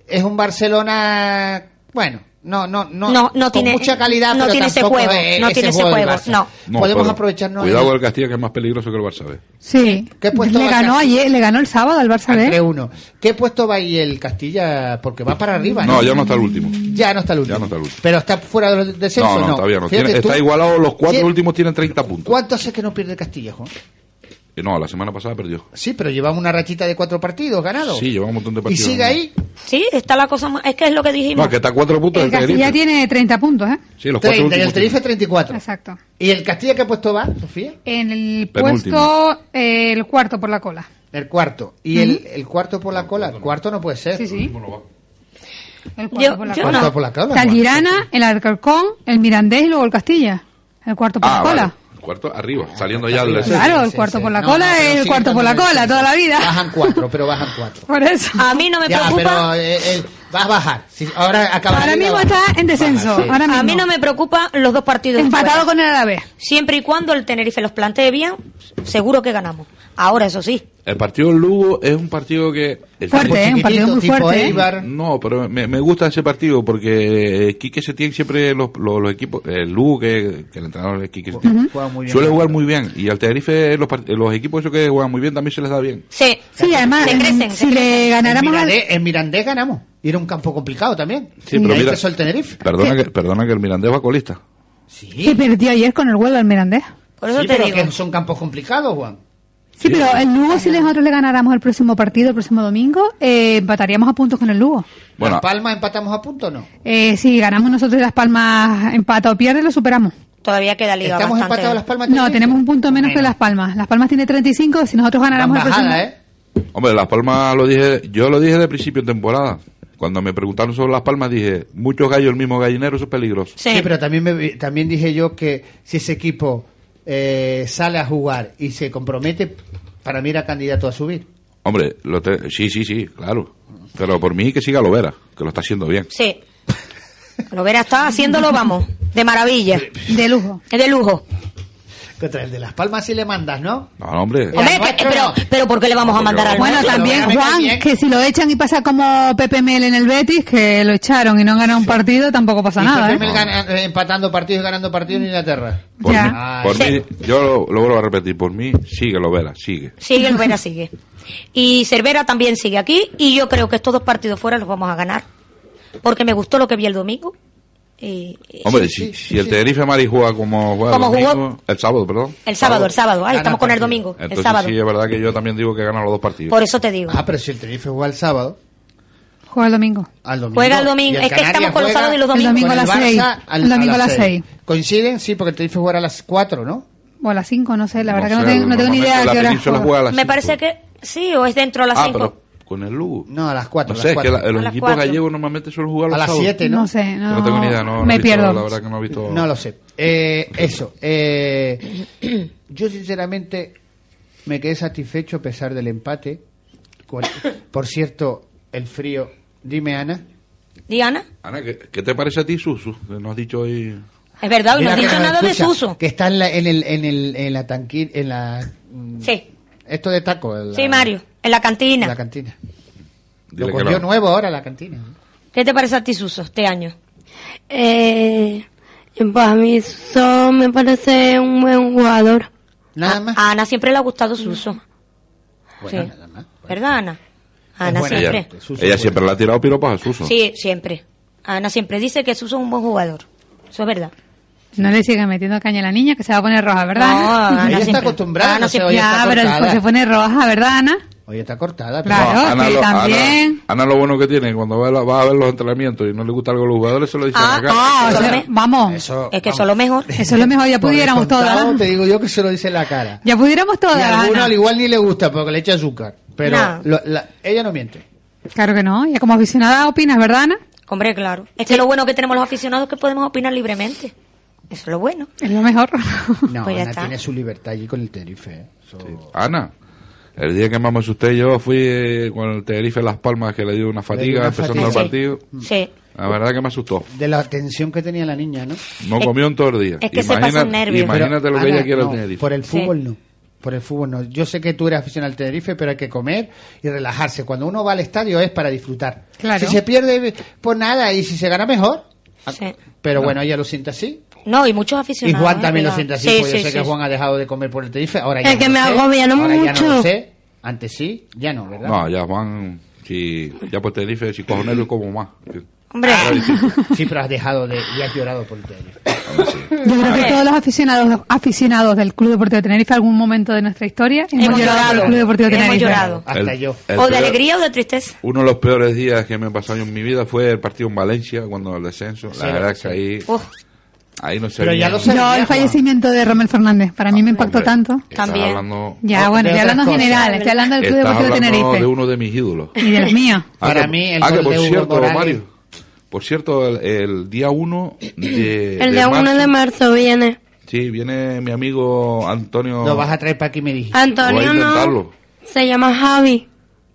Speaker 3: es un Barcelona, bueno, no, no, no,
Speaker 6: No, no
Speaker 3: con
Speaker 6: tiene-
Speaker 3: mucha calidad,
Speaker 6: no
Speaker 3: pero
Speaker 6: tiene ese
Speaker 3: tampoco
Speaker 6: juego,
Speaker 3: es
Speaker 6: no tiene ese
Speaker 3: juego del
Speaker 6: juego,
Speaker 3: Barça.
Speaker 6: no.
Speaker 5: No,
Speaker 3: Podemos
Speaker 5: pero
Speaker 3: aprovecharnos
Speaker 5: Cuidado
Speaker 3: de-
Speaker 5: con el Castilla, que es más peligroso que el Barça B.
Speaker 4: Sí.
Speaker 3: ¿Qué puesto
Speaker 4: le
Speaker 3: va a
Speaker 4: ganó
Speaker 3: sacar?
Speaker 4: ayer, le ganó el sábado al Barça B.
Speaker 3: 3-1. ¿Qué puesto va ahí el Castilla? Porque va para arriba.
Speaker 5: No, ya no está el último.
Speaker 3: Ya no está el último.
Speaker 5: Ya no está el último.
Speaker 3: Pero está fuera del descenso,
Speaker 5: No,
Speaker 3: ¿no?
Speaker 5: no, todavía no.
Speaker 3: Fíjate
Speaker 5: Tiene-
Speaker 3: tú,
Speaker 5: está igualado, los cuatro
Speaker 3: ¿quién-
Speaker 5: últimos tienen 30 puntos.
Speaker 3: ¿Cuánto hace que no pierde Castilla, Juan?
Speaker 5: Eh, No, la semana pasada perdió.
Speaker 3: Sí, pero llevamos una rachita de cuatro partidos ganados.
Speaker 5: Sí, llevamos un montón de
Speaker 3: ¿Y
Speaker 5: partidos.
Speaker 3: sigue ahí?
Speaker 6: Sí, está la cosa más... Es que es lo que dijimos.
Speaker 5: No, que está a cuatro puntos
Speaker 4: El
Speaker 5: del
Speaker 4: Castilla
Speaker 5: Tenerife.
Speaker 4: tiene 30 puntos, ¿eh?
Speaker 5: Sí, los
Speaker 3: 30,
Speaker 5: cuatro
Speaker 3: y el
Speaker 5: últimos.
Speaker 3: Tenerife 34.
Speaker 4: Exacto.
Speaker 3: ¿Y el Castilla qué puesto va, Sofía?
Speaker 4: En el
Speaker 3: Penúltimo.
Speaker 4: puesto, eh, el cuarto por la cola.
Speaker 3: El cuarto. ¿Y el, el cuarto por la cola? El cuarto no puede ser.
Speaker 4: Sí, sí. El cuarto
Speaker 6: Yo-
Speaker 4: por la
Speaker 6: yo
Speaker 4: cola.
Speaker 3: no. Cuarto por la cola,
Speaker 4: Está el
Speaker 3: bueno.
Speaker 4: Girana, el Alcorcón, el Mirandés y luego el Castilla. El cuarto por
Speaker 5: Ah,
Speaker 4: la
Speaker 5: vale.
Speaker 4: cola.
Speaker 5: Cuarto arriba, saliendo ya del descenso.
Speaker 4: Claro, el cuarto por la
Speaker 3: No,
Speaker 4: cola
Speaker 3: no, pero
Speaker 4: es el
Speaker 3: sí,
Speaker 4: cuarto por la
Speaker 3: cuando
Speaker 4: cola,
Speaker 3: descenso.
Speaker 4: toda la vida.
Speaker 3: Bajan cuatro, pero bajan cuatro.
Speaker 4: Por eso.
Speaker 6: A mí no me
Speaker 3: ya,
Speaker 6: preocupa...
Speaker 3: pero eh, él va a bajar. Sí, ahora acaba
Speaker 4: Ahora
Speaker 3: de ir,
Speaker 4: mismo
Speaker 3: va a
Speaker 4: está
Speaker 3: bajar.
Speaker 4: en descenso.
Speaker 3: Baja, sí.
Speaker 4: Ahora mismo.
Speaker 6: A mí no me preocupa los dos partidos.
Speaker 4: Empatado
Speaker 6: fuera.
Speaker 4: con el Alavés.
Speaker 6: Siempre y cuando el Tenerife los plantee bien, seguro que ganamos. Ahora, eso sí.
Speaker 5: El partido del Lugo es un partido que... el
Speaker 4: Fuerte, ¿eh? Un partido muy
Speaker 3: Tipo
Speaker 4: fuerte. ¿eh?
Speaker 3: Eibar.
Speaker 5: No, pero me, me gusta ese partido porque eh, Quique Setién siempre los, los, los equipos, el Lugo que, que el entrenador es Quique Setién,
Speaker 3: Juega muy bien.
Speaker 5: suele jugar muy bien y al Tenerife eh, los, part- los equipos esos que juegan muy bien también se les da bien.
Speaker 6: Sí.
Speaker 4: Sí, además,
Speaker 6: Se crecen, se
Speaker 4: si le
Speaker 3: En
Speaker 4: ganáramos al...
Speaker 3: Mirandés, en Mirandés ganamos. Y era un campo complicado también.
Speaker 5: Sí, pero
Speaker 3: Ahí
Speaker 5: mira-
Speaker 3: empezó el Tenerife.
Speaker 5: Perdona que, perdona que el Mirandés va colista.
Speaker 4: Que perdió ayer con el Huelva al Mirandés.
Speaker 6: Por eso
Speaker 3: Sí,
Speaker 6: te
Speaker 3: pero
Speaker 6: digo.
Speaker 3: que son campos complicados, Juan.
Speaker 4: Sí, pero el Lugo, si nosotros le ganáramos el próximo partido, el próximo domingo, eh, empataríamos a puntos con el Lugo.
Speaker 5: Bueno,
Speaker 3: ¿Las Palmas empatamos a punto o no?
Speaker 4: Eh, si ganamos nosotros y Las Palmas empata o pierde, lo superamos.
Speaker 6: Todavía queda liga
Speaker 3: ¿Estamos
Speaker 6: bastante.
Speaker 3: empatados Las Palmas?
Speaker 4: No,
Speaker 3: Tenerife?
Speaker 4: tenemos un punto menos que
Speaker 3: Menos.
Speaker 4: Las Palmas. Las Palmas tiene 35, si nosotros
Speaker 3: Van
Speaker 4: ganáramos el próximo...
Speaker 3: bajada, ¿eh?
Speaker 5: hombre, Las Palmas lo dije, yo lo dije de principio de temporada. Cuando me preguntaron sobre Las Palmas dije, muchos gallos, el mismo gallinero, eso es peligroso.
Speaker 6: Sí.
Speaker 3: Sí, pero también, me, también dije yo que si ese equipo eh, sale a jugar y se compromete, para mí era candidato a subir.
Speaker 5: Hombre, lo te- sí, sí, sí, claro. Pero por mí que siga Lovera, que lo está haciendo bien.
Speaker 6: Sí. Lo verás, está haciéndolo, vamos. De maravilla.
Speaker 4: De lujo.
Speaker 6: Es de lujo.
Speaker 3: Contra el de Las Palmas sí le mandas, ¿no?
Speaker 5: No, no, hombre.
Speaker 3: Ya,
Speaker 6: Hombre,
Speaker 3: macho.
Speaker 6: pe- pero, pero ¿por qué le vamos a mandar al
Speaker 4: Bueno,
Speaker 6: nuestro?
Speaker 4: también
Speaker 3: Pero venga,
Speaker 4: Juan,
Speaker 3: bien.
Speaker 4: que si lo echan y pasa como Pepe Mel en el Betis, que lo echaron y no han ganado un partido, tampoco pasa
Speaker 3: Y
Speaker 4: nada.
Speaker 3: Pepe
Speaker 4: ¿eh?
Speaker 3: Mel gana- eh, empatando partidos y ganando partidos en Inglaterra.
Speaker 5: Por,
Speaker 4: Ya.
Speaker 5: mí,
Speaker 3: Ay,
Speaker 5: por
Speaker 3: Ah, sí.
Speaker 5: mí- yo lo, lo vuelvo a repetir, por mí, sigue Lovera, sigue.
Speaker 6: Sigue, el Vera sigue. Y Cervera también sigue aquí. Y yo creo que estos dos partidos fuera los vamos a ganar. Porque me gustó lo que vi el domingo. Y, y-
Speaker 5: Hombre,
Speaker 3: sí,
Speaker 5: si,
Speaker 3: sí,
Speaker 5: si el
Speaker 3: sí.
Speaker 5: Tenerife Mari juega como juega el
Speaker 6: Como jugó-
Speaker 5: domingo- el sábado, perdón.
Speaker 6: el sábado, el sábado. Ahí
Speaker 3: Gana
Speaker 6: estamos con el
Speaker 3: partido.
Speaker 6: domingo. El
Speaker 5: Entonces
Speaker 6: sábado.
Speaker 5: sí, es verdad que yo también digo que ganan los dos partidos.
Speaker 6: Por eso te digo.
Speaker 3: Ah, pero si el Tenerife juega el sábado,
Speaker 4: Juega el domingo.
Speaker 3: al domingo.
Speaker 6: Juega el domingo.
Speaker 3: Y
Speaker 6: Es que
Speaker 3: Canarias
Speaker 6: estamos con los
Speaker 3: juega
Speaker 6: sábados y los
Speaker 4: El domingo
Speaker 6: domingos.
Speaker 4: a
Speaker 3: con
Speaker 4: las
Speaker 3: Barça
Speaker 4: seis.
Speaker 3: al-
Speaker 4: El domingo a las
Speaker 3: seis.
Speaker 4: seis.
Speaker 3: ¿Coinciden? Sí, porque el Tenerife juega a las 4, ¿no?
Speaker 4: O a las 5, no sé, la
Speaker 5: No
Speaker 4: verdad que
Speaker 5: sé,
Speaker 4: no tengo, no tengo ni
Speaker 5: normalmente
Speaker 4: idea de
Speaker 5: la
Speaker 4: qué hora
Speaker 5: península
Speaker 4: juega.
Speaker 5: juega a las
Speaker 6: Me
Speaker 5: cinco.
Speaker 6: parece que sí, o es dentro de las
Speaker 5: Ah,
Speaker 6: 5.
Speaker 5: pero con el Lugo.
Speaker 3: No, a las 4.
Speaker 5: No sé, es que la- eh, los
Speaker 6: las
Speaker 5: equipos
Speaker 6: cuatro.
Speaker 5: gallegos normalmente suelen jugar
Speaker 3: A
Speaker 5: los
Speaker 3: las
Speaker 5: sábados.
Speaker 3: 7, ¿no?
Speaker 4: No sé, Eh, no,
Speaker 5: No tengo ni idea, no, no he
Speaker 4: me
Speaker 5: visto,
Speaker 4: pierdo.
Speaker 5: La verdad que no he visto.
Speaker 3: No lo sé. Eh, eso. eh, yo sinceramente me quedé satisfecho a pesar del empate. Con- Por cierto, el frío. Dime, Ana.
Speaker 6: Diana,
Speaker 5: Ana, ¿qué, qué te parece a ti, Susu? Que nos has dicho hoy.
Speaker 6: es verdad, hoy no
Speaker 3: Mira
Speaker 6: has
Speaker 3: que
Speaker 6: dicho
Speaker 3: nos
Speaker 6: nada de
Speaker 3: escucha,
Speaker 6: Suso.
Speaker 3: Que está en la, en el, en el, en la tanquín, en la... mm,
Speaker 6: Sí,
Speaker 3: Esto de taco. la-
Speaker 6: sí, Mario, en la
Speaker 3: La
Speaker 6: cantina.
Speaker 3: cantina.
Speaker 5: Dile
Speaker 3: Lo
Speaker 5: que
Speaker 3: volvió
Speaker 5: no.
Speaker 3: nuevo ahora la cantina.
Speaker 6: ¿Qué te parece a ti, Suso, este año?
Speaker 7: Eh, pues a mí Suso me parece un buen jugador.
Speaker 3: Nada
Speaker 6: A-
Speaker 3: más.
Speaker 6: A Ana siempre le ha gustado Suso.
Speaker 3: Bueno,
Speaker 6: Ah, sí.
Speaker 3: nada más.
Speaker 6: ¿Verdad, Ana? Ana
Speaker 3: buena
Speaker 5: Ella,
Speaker 6: siempre.
Speaker 3: gente. Suso
Speaker 5: ella
Speaker 3: juega.
Speaker 5: siempre le ha tirado piropos a Suso.
Speaker 6: Sí, siempre. Ana siempre dice que Suso es un buen jugador. Eso es verdad.
Speaker 4: No le sigan metiendo caña a la niña que se va a poner roja, ¿verdad?
Speaker 6: No,
Speaker 4: Ana?
Speaker 6: Ana
Speaker 3: Ella está
Speaker 6: siempre.
Speaker 3: acostumbrada,
Speaker 6: Ana
Speaker 3: no sé,
Speaker 6: siempre- Ah,
Speaker 3: hoy
Speaker 4: ya,
Speaker 3: está
Speaker 4: pero
Speaker 3: cortada.
Speaker 4: después se pone roja, ¿verdad, Ana?
Speaker 3: Hoy está cortada. pero-
Speaker 4: Claro, que
Speaker 5: lo,
Speaker 4: también.
Speaker 5: Ana lo bueno que tiene, cuando va a, la- va a ver los entrenamientos y no le gusta algo a los jugadores, se lo dice
Speaker 6: Ah,
Speaker 5: acá.
Speaker 4: Ah, o sea,
Speaker 6: Solamente-
Speaker 4: vamos. Eso,
Speaker 3: Eso,
Speaker 6: Es que
Speaker 3: vamos,
Speaker 6: eso es lo mejor.
Speaker 4: es lo mejor, ya
Speaker 3: por
Speaker 4: pudiéramos
Speaker 3: descontado,
Speaker 4: todas.
Speaker 3: Te digo yo que se lo dice en la cara.
Speaker 4: Ya pudiéramos
Speaker 3: Y a
Speaker 4: todas,
Speaker 3: alguno al
Speaker 4: Ana.
Speaker 3: igual ni le gusta porque le echa azúcar. Pero
Speaker 6: No.
Speaker 3: lo- la- ella no miente.
Speaker 4: Claro que no, ya como aficionada opinas, ¿verdad, Ana?
Speaker 6: Hombre, claro. Es que lo bueno que tenemos los aficionados es que podemos opinar libremente. Eso es lo bueno.
Speaker 4: Es lo mejor.
Speaker 3: No,
Speaker 6: Pues ya
Speaker 3: Ana
Speaker 6: está.
Speaker 3: tiene su libertad allí con el Tenerife. ¿eh? So-
Speaker 6: oh.
Speaker 5: Ana, el día que más me asusté yo fui eh, con el Tenerife Las Palmas que le dio
Speaker 3: Le dio
Speaker 5: una fatiga
Speaker 3: una
Speaker 5: empezando
Speaker 3: fatiga.
Speaker 5: el partido.
Speaker 6: Sí.
Speaker 5: La verdad que me asustó.
Speaker 3: De la atención que tenía la niña, ¿no?
Speaker 5: No
Speaker 6: Es-
Speaker 5: comió en todo el día.
Speaker 6: es que se pasó un nervio.
Speaker 5: Imagínate
Speaker 3: Pero,
Speaker 5: lo que
Speaker 3: Ana,
Speaker 5: ella quiere
Speaker 3: no,
Speaker 5: al Tenerife.
Speaker 3: Por el
Speaker 6: Sí.
Speaker 3: fútbol no. Por el fútbol no. Yo sé que tú eres aficionado al Tenerife, pero hay que comer y relajarse. Cuando uno va al estadio es para disfrutar.
Speaker 4: Claro.
Speaker 3: Si se pierde, pues nada. Y si se gana, mejor. Ah,
Speaker 6: sí.
Speaker 3: Pero bueno, ella lo siente así.
Speaker 6: No, y muchos
Speaker 3: Y
Speaker 6: aficionados.
Speaker 3: Juan
Speaker 6: ¿eh?
Speaker 3: también lo
Speaker 6: Cuidado.
Speaker 3: siente así,
Speaker 6: Sí,
Speaker 3: porque yo
Speaker 6: sí,
Speaker 3: sé
Speaker 6: sí,
Speaker 3: que
Speaker 6: sí.
Speaker 3: Juan ha dejado de comer por el Tenerife. Ahora ya
Speaker 7: Es que
Speaker 3: no
Speaker 7: me
Speaker 3: lo sé.
Speaker 7: agobia, no
Speaker 3: Ahora ya
Speaker 7: mucho.
Speaker 3: lo sé. Antes sí, ya no, ¿verdad?
Speaker 5: No, ya Juan, si, ya por Tenerife, si cojonero como más.
Speaker 6: Hombre,
Speaker 3: Sí, pero has dejado de... y has llorado por el Tenerife.
Speaker 4: Yo creo que todos los aficionados aficionados del Club Deportivo Tenerife algún momento de nuestra historia hemos,
Speaker 6: Hemos
Speaker 4: llorado al
Speaker 6: llorado.
Speaker 4: Club Deportivo
Speaker 6: Hemos
Speaker 4: Tenerife.
Speaker 6: llorado.
Speaker 5: Hasta El- yo. el
Speaker 6: o de
Speaker 5: peor-
Speaker 6: alegría o de tristeza.
Speaker 5: Uno de los peores días que me he pasado en mi vida fue el partido en Valencia, cuando el descenso.
Speaker 6: Sí,
Speaker 5: la verdad es que ahí,
Speaker 6: Uf.
Speaker 5: ahí no se
Speaker 3: Pero ya
Speaker 5: veía-
Speaker 3: lo sé.
Speaker 4: Yo el fallecimiento de Romel Fernández para
Speaker 5: Ah,
Speaker 4: mí me impactó tanto.
Speaker 5: Estás hablando-
Speaker 4: Ya, bueno, estoy hablando en general, estoy hablando del Club
Speaker 5: Estás
Speaker 4: Deportivo
Speaker 5: hablando
Speaker 4: Tenerife.
Speaker 5: de uno de mis ídolos.
Speaker 4: Y de los míos.
Speaker 5: Ah,
Speaker 3: Para
Speaker 5: que-
Speaker 3: mí, el
Speaker 5: ah, que
Speaker 3: gol
Speaker 5: por
Speaker 3: de Hugo
Speaker 5: cierto,
Speaker 3: Morales-
Speaker 5: Mario. Por cierto, el, el día 1 de.
Speaker 7: El día 1 de marzo viene.
Speaker 5: Sí, viene mi amigo Antonio.
Speaker 3: Lo vas a traer para aquí, me
Speaker 6: Ah.
Speaker 3: dijiste.
Speaker 5: Voy a
Speaker 7: Antonio no.
Speaker 5: intentarlo.
Speaker 7: Se llama Javi.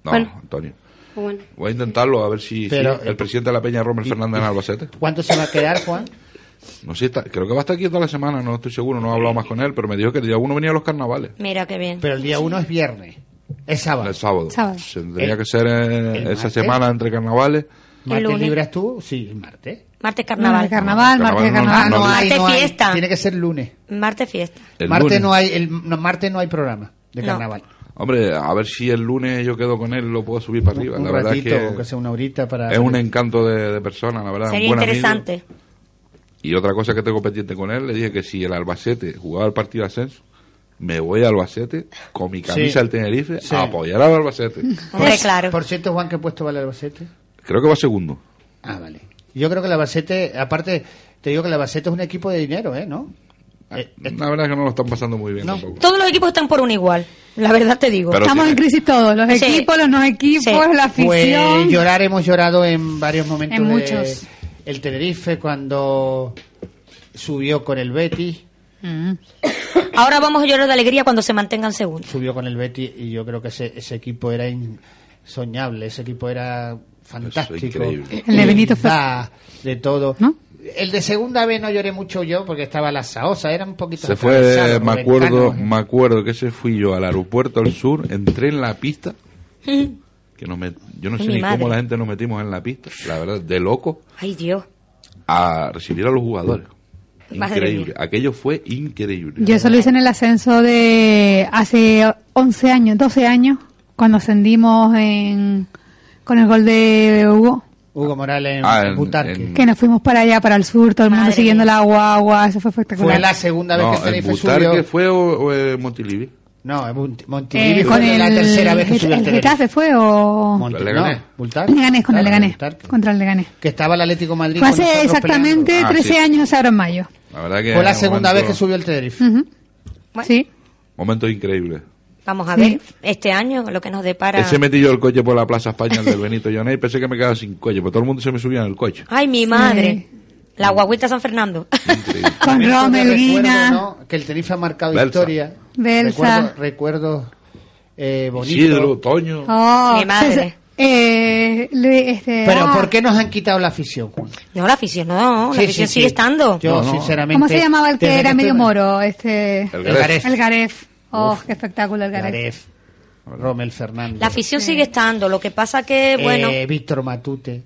Speaker 5: No,
Speaker 7: Bueno.
Speaker 5: Antonio.
Speaker 7: Bueno.
Speaker 5: Voy a intentarlo a ver si, si
Speaker 3: Pero-
Speaker 5: el presidente de la Peña, Romel Fernández en Albacete.
Speaker 3: ¿Cuánto se va a quedar, Juan?
Speaker 5: No sé, está- creo que va a estar aquí toda la semana, no estoy seguro, no he hablado más con él, pero me dijo que el día 1 venía a los carnavales.
Speaker 6: Mira qué bien.
Speaker 3: Pero el día 1 es viernes. Es sábado.
Speaker 5: El sábado.
Speaker 3: Sábado.
Speaker 5: Se- Tendría
Speaker 3: El-
Speaker 5: que ser eh,
Speaker 3: el
Speaker 5: esa
Speaker 3: martes.
Speaker 5: semana entre carnavales.
Speaker 3: ¿Martes
Speaker 6: lunes.
Speaker 3: libras tú? Sí, el martes.
Speaker 6: Martes
Speaker 4: No,
Speaker 6: carnaval.
Speaker 4: de carnaval, martes de
Speaker 5: Carnaval no-
Speaker 4: carnaval.
Speaker 5: no-
Speaker 3: hay,
Speaker 6: Martes
Speaker 3: hay.
Speaker 6: fiesta.
Speaker 3: Tiene que ser lunes.
Speaker 6: Martes fiesta.
Speaker 5: El
Speaker 3: martes
Speaker 5: lunes.
Speaker 3: no hay el no, martes no hay programa de
Speaker 6: No.
Speaker 3: carnaval.
Speaker 5: Hombre, a ver si el lunes yo quedo con él, lo puedo subir para arriba.
Speaker 3: un
Speaker 5: la verdad
Speaker 3: ratito,
Speaker 5: es que
Speaker 3: aunque sea una horita para
Speaker 5: es un encanto de, de persona, la verdad. un
Speaker 6: Sería
Speaker 5: Ah, buen amigo.
Speaker 6: interesante.
Speaker 5: Y otra cosa que tengo pendiente con él, le dije que si el Albacete jugaba el partido de ascenso, me voy a Albacete con mi camisa
Speaker 3: Sí.
Speaker 5: al Tenerife
Speaker 3: Sí.
Speaker 5: a apoyar al Albacete.
Speaker 6: Hombre, claro.
Speaker 3: Por cierto, Juan, ¿qué puesto vale Albacete?
Speaker 5: Creo que va segundo.
Speaker 3: Ah, vale. Yo creo que el Albacete, aparte, te digo que el Albacete es un equipo de dinero, ¿eh? ¿No?
Speaker 6: Ah.
Speaker 3: Eh,
Speaker 5: La verdad es que no lo están pasando muy bien tampoco.
Speaker 6: Todos los equipos están por un igual. La verdad te digo.
Speaker 5: Pero
Speaker 4: Estamos
Speaker 5: tiene-
Speaker 4: en crisis todos, los
Speaker 6: Sí.
Speaker 4: equipos, los no equipos,
Speaker 6: Sí.
Speaker 4: la
Speaker 3: Pues
Speaker 4: afición.
Speaker 3: llorar hemos llorado en varios momentos.
Speaker 4: En
Speaker 3: de-
Speaker 4: muchos.
Speaker 3: el Tenerife cuando subió con el Betis,
Speaker 4: Mm.
Speaker 6: Ahora vamos a llorar de alegría cuando se mantengan segundos.
Speaker 3: subió con el Betis y yo creo que ese, ese equipo era insoñable, ese equipo era fantástico.
Speaker 5: increíble.
Speaker 4: El de Benito Flor-
Speaker 3: Da, de todo.
Speaker 4: ¿No?
Speaker 3: El de segunda vez no lloré mucho yo porque estaba la Saosa, era un poquito ¿eh?
Speaker 5: Se fue,
Speaker 3: atravesado,
Speaker 5: me
Speaker 3: Robertano.
Speaker 5: acuerdo, me acuerdo que se fui yo al aeropuerto del sur, entré en la pista, que nos met- yo no
Speaker 6: Ay,
Speaker 5: sé
Speaker 6: mi
Speaker 5: ni
Speaker 6: madre.
Speaker 5: cómo la gente nos metimos en la pista, la verdad, de loco,
Speaker 6: Ay, Dios.
Speaker 5: a recibir a los jugadores.
Speaker 6: Madre
Speaker 5: Increíble,
Speaker 6: mía.
Speaker 5: aquello fue increíble.
Speaker 4: Yo eso lo hice en el ascenso de hace 11 años, 12 años, cuando ascendimos en, con el gol de Hugo.
Speaker 3: Hugo Morales en,
Speaker 5: Ah,
Speaker 3: en
Speaker 5: en-
Speaker 3: Butarque.
Speaker 5: en-
Speaker 4: Que nos fuimos para allá, para el sur, todo el mundo
Speaker 6: Madre
Speaker 4: siguiendo
Speaker 6: mía.
Speaker 4: la guagua, eso fue
Speaker 3: Fue
Speaker 4: espectacular. Eh,
Speaker 3: la segunda vez que el
Speaker 5: No, en
Speaker 3: Tenerife
Speaker 5: Butarque
Speaker 3: subió.
Speaker 5: fue o, o en Montilivi.
Speaker 3: No, en Mont- Montilivi
Speaker 4: Eh,
Speaker 3: fue
Speaker 4: con el,
Speaker 3: la tercera vez que
Speaker 4: el-
Speaker 3: subió
Speaker 4: el
Speaker 3: el Tenerife.
Speaker 4: Getafe fue o
Speaker 3: Monti-
Speaker 5: Le gané.
Speaker 3: no, Butarque.
Speaker 4: Leganés, con el
Speaker 3: Claro,
Speaker 4: Leganés,
Speaker 3: Butarque.
Speaker 4: contra el Leganés.
Speaker 3: Que estaba el Atlético de Madrid.
Speaker 4: Fue
Speaker 3: con
Speaker 4: hace
Speaker 3: nosotros
Speaker 4: exactamente
Speaker 5: peleando. Ah,
Speaker 4: 13
Speaker 5: sí.
Speaker 4: años ahora en mayo.
Speaker 5: La verdad que
Speaker 3: peleando. Fue la
Speaker 5: era un
Speaker 3: segunda vez
Speaker 5: momento-
Speaker 3: que subió el Tenerife.
Speaker 4: Ujú.
Speaker 6: Bueno.
Speaker 4: Sí.
Speaker 5: Momento increíble.
Speaker 6: Vamos a
Speaker 4: Sí.
Speaker 6: ver este año lo que nos depara.
Speaker 5: Ese metí yo el coche por la Plaza España el del Benito Lloné y pensé que me quedaba sin coche, porque todo el mundo se me subía en el coche.
Speaker 6: Ay, mi madre. La guaguita San Fernando.
Speaker 5: Increíble.
Speaker 4: Con
Speaker 3: También
Speaker 4: Rommel,
Speaker 3: recuerdo,
Speaker 4: Guina.
Speaker 3: ¿no? Que el Tenerife ha marcado
Speaker 5: Belsa.
Speaker 3: historia.
Speaker 4: Belsa.
Speaker 3: Recuerdo- Recuerdos eh,
Speaker 5: Isidro,
Speaker 3: bonitos.
Speaker 5: Toño.
Speaker 6: Ah.
Speaker 4: Oh,
Speaker 6: Mi madre.
Speaker 4: César- eh, Luis, este,
Speaker 3: Pero
Speaker 4: ah,
Speaker 3: ¿por qué nos han quitado la afición? Juan?
Speaker 6: No, la afición no. La
Speaker 3: Sí,
Speaker 6: afición
Speaker 3: sí,
Speaker 6: sigue
Speaker 3: sí.
Speaker 6: estando.
Speaker 3: Yo,
Speaker 5: No, no.
Speaker 3: sinceramente.
Speaker 4: ¿Cómo se llamaba el que
Speaker 3: desde
Speaker 4: era medio
Speaker 3: estoy-
Speaker 4: moro? Este,
Speaker 5: El
Speaker 3: El Garef.
Speaker 4: el Garef. Oh, qué espectáculo el Garef.
Speaker 3: Garef. Rommel Fernández.
Speaker 6: La afición sigue estando. Lo que pasa que,
Speaker 3: eh,
Speaker 6: bueno,
Speaker 3: Víctor Matute.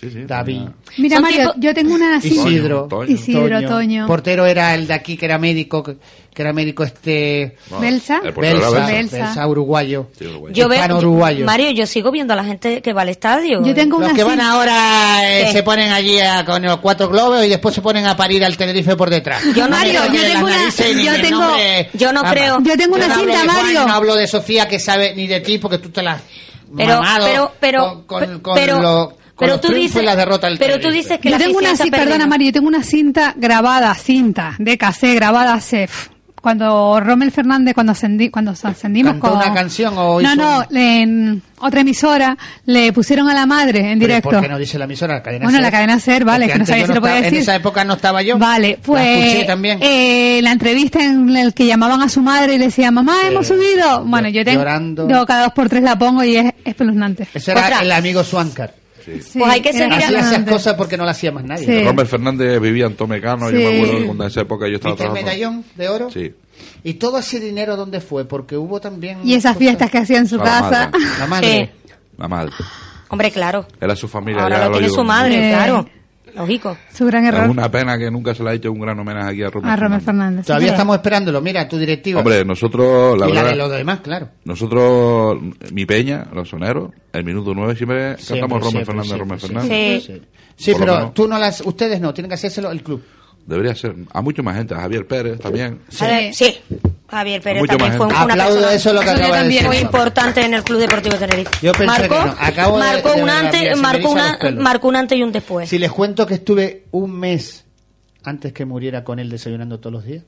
Speaker 5: Sí, sí,
Speaker 3: David.
Speaker 5: tenía-
Speaker 4: Mira,
Speaker 6: Son
Speaker 4: Mario,
Speaker 6: tipo-
Speaker 4: yo tengo una sí.
Speaker 3: Isidro.
Speaker 5: Toño.
Speaker 4: Isidro, Toño.
Speaker 3: Portero era el de aquí que era médico, que que era médico este
Speaker 5: No,
Speaker 4: Belsa.
Speaker 5: el portero era
Speaker 3: Belsa,
Speaker 5: Belsa.
Speaker 4: Belsa.
Speaker 3: Belsa, uruguayo.
Speaker 5: Sí, uruguayo.
Speaker 6: yo veo.
Speaker 3: hispano uruguayo.
Speaker 6: Mario, yo sigo viendo a la gente que va al estadio.
Speaker 4: Yo tengo
Speaker 3: Los
Speaker 4: una
Speaker 3: que van
Speaker 4: sí.
Speaker 3: ahora eh,
Speaker 6: Sí.
Speaker 3: se ponen allí a- con los cuatro globos y después se ponen a parir al Tenerife por detrás. No
Speaker 4: Yo,
Speaker 3: me
Speaker 4: Mario,
Speaker 3: toquen
Speaker 4: yo
Speaker 3: las
Speaker 4: tengo una-
Speaker 3: narices ni
Speaker 4: yo
Speaker 3: mi
Speaker 4: tengo-
Speaker 3: nombre.
Speaker 6: yo no
Speaker 3: Mamá.
Speaker 6: creo.
Speaker 4: Yo tengo una
Speaker 3: no hablo
Speaker 4: cinta,
Speaker 3: de Juan,
Speaker 4: Mario.
Speaker 3: no hablo de Sofía que sabe ni de ti porque tú te las
Speaker 6: pero,
Speaker 3: mamado
Speaker 6: pero, pero,
Speaker 3: con, con- con
Speaker 6: pero,
Speaker 3: lo- con
Speaker 6: pero
Speaker 3: los
Speaker 6: tú
Speaker 3: triunfos
Speaker 6: dices,
Speaker 3: y las derrotas del
Speaker 6: pero tú
Speaker 3: Tenerife.
Speaker 6: dices que
Speaker 4: Yo
Speaker 6: la
Speaker 4: tengo una cinta,
Speaker 6: afición está perdiendo.
Speaker 4: perdona Mario, yo tengo una cinta grabada, cinta, de casé, grabada CEF. Cuando Rommel Fernández, cuando, ascendí, cuando ascendimos
Speaker 3: ¿Cantó
Speaker 4: con...
Speaker 3: una canción o
Speaker 4: No,
Speaker 3: hizo
Speaker 4: no,
Speaker 3: un-
Speaker 4: en otra emisora le pusieron a la madre en
Speaker 3: Pero
Speaker 4: directo.
Speaker 3: ¿Por qué no dice la emisora? La cadena
Speaker 4: Bueno,
Speaker 3: SER.
Speaker 4: la cadena SER, vale,
Speaker 3: Porque
Speaker 4: que no
Speaker 3: antes
Speaker 4: sabía
Speaker 3: yo
Speaker 4: si lo podía
Speaker 3: estaba- En
Speaker 4: decir.
Speaker 3: esa época no estaba yo.
Speaker 4: Vale, pues
Speaker 3: La escuché también.
Speaker 4: eh, la entrevista en la que llamaban a su madre y le decía, mamá, hemos subido. Bueno, yo tengo,
Speaker 3: Llorando.
Speaker 4: yo cada dos por tres la pongo y es espeluznante.
Speaker 3: Ese era
Speaker 6: Otra.
Speaker 3: el amigo Swancar.
Speaker 4: Sí,
Speaker 6: Pues hay que
Speaker 4: era
Speaker 6: seguir
Speaker 3: Hacía
Speaker 4: espeluznante.
Speaker 3: esas cosas porque no las hacía más nadie.
Speaker 4: Sí.
Speaker 3: ¿no?
Speaker 5: Robert Fernández vivía en Tomecano, yo
Speaker 4: Sí.
Speaker 5: me acuerdo que cuando en esa época yo estaba
Speaker 3: ¿Viste el
Speaker 5: trabajando.
Speaker 3: medallón de oro?
Speaker 5: Sí.
Speaker 3: ¿Y todo ese dinero dónde fue? Porque hubo también...
Speaker 4: Y esas fiestas que hacía en su
Speaker 5: La
Speaker 4: casa.
Speaker 5: madre.
Speaker 3: La madre.
Speaker 5: La madre.
Speaker 6: Hombre, claro.
Speaker 5: Era su familia.
Speaker 6: Ahora
Speaker 5: Eh, ya
Speaker 6: lo tiene
Speaker 5: ayudó
Speaker 6: su madre,
Speaker 4: mucho.
Speaker 6: claro. Lógico.
Speaker 4: Su gran
Speaker 5: mucho. Es
Speaker 4: error
Speaker 5: una pena que nunca se le ha hecho un gran homenaje aquí a Robert
Speaker 4: a Rommel Fernández.
Speaker 3: Todavía
Speaker 4: Sí.
Speaker 3: estamos esperándolo. Mira, tu directiva.
Speaker 5: Hombre, nosotros, la
Speaker 3: y la
Speaker 5: verdad,
Speaker 3: de los demás, claro.
Speaker 5: nosotros, mi peña, los soneros, el minuto nueve siempre
Speaker 3: Siempre,
Speaker 5: cantamos Rommel
Speaker 3: siempre,
Speaker 5: Fernández,
Speaker 3: siempre,
Speaker 5: Rommel
Speaker 3: siempre.
Speaker 5: Fernández.
Speaker 6: Sí.
Speaker 3: Sí,
Speaker 5: Por lo
Speaker 3: pero
Speaker 5: menos.
Speaker 3: tú no las... Ustedes no, tienen que hacérselo el club.
Speaker 5: Debería ser a mucho más gente, a Javier Pérez también.
Speaker 6: Sí. sí. Javier Pérez
Speaker 5: Mucho
Speaker 6: también
Speaker 5: más
Speaker 6: fue
Speaker 5: gente.
Speaker 6: una
Speaker 5: Aplaudo
Speaker 6: persona
Speaker 5: eso lo que
Speaker 6: Yo
Speaker 5: acaba de
Speaker 6: también
Speaker 5: decir.
Speaker 6: muy importante en el Club Deportivo Tenerife.
Speaker 3: Yo pensé
Speaker 6: marcó,
Speaker 3: que no. Acabo de-
Speaker 6: marcó
Speaker 3: de
Speaker 6: un
Speaker 3: ver la
Speaker 6: antes,
Speaker 3: mía, se me
Speaker 6: marcó,
Speaker 3: erizan
Speaker 6: una-
Speaker 3: los pelos.
Speaker 6: marcó un antes y un después.
Speaker 3: Si les cuento que estuve un mes antes que muriera con él desayunando todos los días.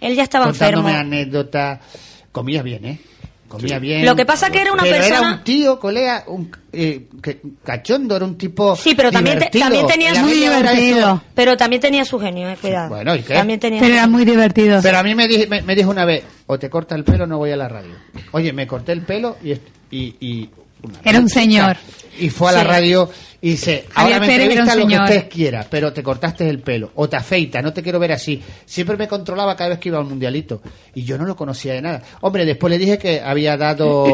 Speaker 6: Él ya estaba
Speaker 3: contándome
Speaker 6: enfermo.
Speaker 3: anécdota. Comía bien, ¿eh? Comía
Speaker 6: Sí.
Speaker 3: bien.
Speaker 6: Lo que pasa que era una
Speaker 3: Pero
Speaker 6: persona-
Speaker 3: Era un tío, colega, un eh, que- cachondo, era un tipo.
Speaker 6: Sí, pero también, te-
Speaker 3: divertido.
Speaker 6: también tenía
Speaker 3: Era media hora eso.
Speaker 6: Pero también tenía su genio, eh, cuidado.
Speaker 3: Bueno, ¿y qué?
Speaker 6: También tenía su genio.
Speaker 4: divertido.
Speaker 3: Pero a mí me, di- me, me dijo una vez: o te corta el pelo o no voy a la radio. Oye, me corté el pelo y. est- y, y- una
Speaker 4: Era un señor.
Speaker 3: y fue a la
Speaker 4: Sí.
Speaker 3: radio y dice,
Speaker 4: Javier
Speaker 3: ahora me
Speaker 4: Pérez era un
Speaker 3: entrevista lo que
Speaker 4: señor.
Speaker 3: ustedes quieran, pero te cortaste el pelo o te afeita, no te quiero ver así. Siempre me controlaba cada vez que iba al mundialito y yo no lo conocía de nada. Hombre, después le dije que había dado,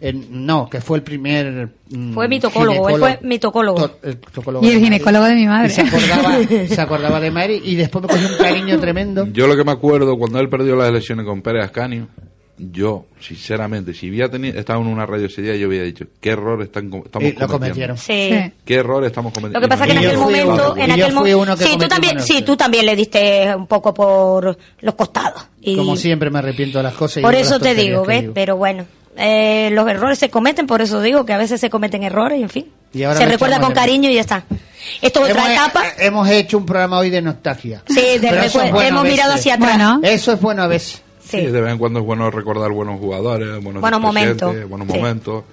Speaker 3: eh, no, que fue el primer... mm,
Speaker 6: Fue mitocólogo, él fue mitocólogo.
Speaker 3: to- el tocólogo
Speaker 4: Y el
Speaker 3: de Madrid.
Speaker 4: ginecólogo de mi madre.
Speaker 3: Y se acordaba, se acordaba de Mary y después me cogió un cariño tremendo.
Speaker 5: Yo lo que me acuerdo, cuando él perdió las elecciones con Pérez Ascanio, yo, sinceramente, si hubiera tenido, estado en una radio ese día, yo hubiera dicho, ¿qué error están, com- estamos
Speaker 3: Y lo
Speaker 5: cometiendo?
Speaker 3: cometieron.
Speaker 6: Sí.
Speaker 5: ¿Qué error estamos cometiendo?
Speaker 6: Lo que pasa que en aquel momento, en aquel momento, sí, tú también, sí, tú también le diste un poco por los costados. Y
Speaker 3: Como siempre me arrepiento de las cosas. y
Speaker 6: por
Speaker 3: de las
Speaker 6: eso te
Speaker 3: tonterías
Speaker 6: digo,
Speaker 3: que
Speaker 6: ¿ves?
Speaker 3: digo.
Speaker 6: Pero bueno, eh, los errores se cometen, por eso digo que a veces se cometen errores, y en fin.
Speaker 3: Y ahora
Speaker 6: se
Speaker 3: me
Speaker 6: recuerda
Speaker 3: echamos
Speaker 6: con
Speaker 3: de menos.
Speaker 6: cariño y ya está. Esto es otra
Speaker 3: hemos,
Speaker 6: etapa.
Speaker 3: eh, Hemos hecho un programa hoy de nostalgia.
Speaker 6: Sí, de
Speaker 3: Pero eso
Speaker 6: recuerdo.
Speaker 3: es bueno
Speaker 6: Hemos
Speaker 3: a veces.
Speaker 6: mirado hacia atrás. Bueno.
Speaker 3: Eso es bueno a veces.
Speaker 5: Sí, de vez en cuando es bueno recordar buenos jugadores, buenos,
Speaker 6: Buenos
Speaker 5: presidentes,
Speaker 6: momentos,
Speaker 5: buenos
Speaker 6: sí.
Speaker 5: momentos.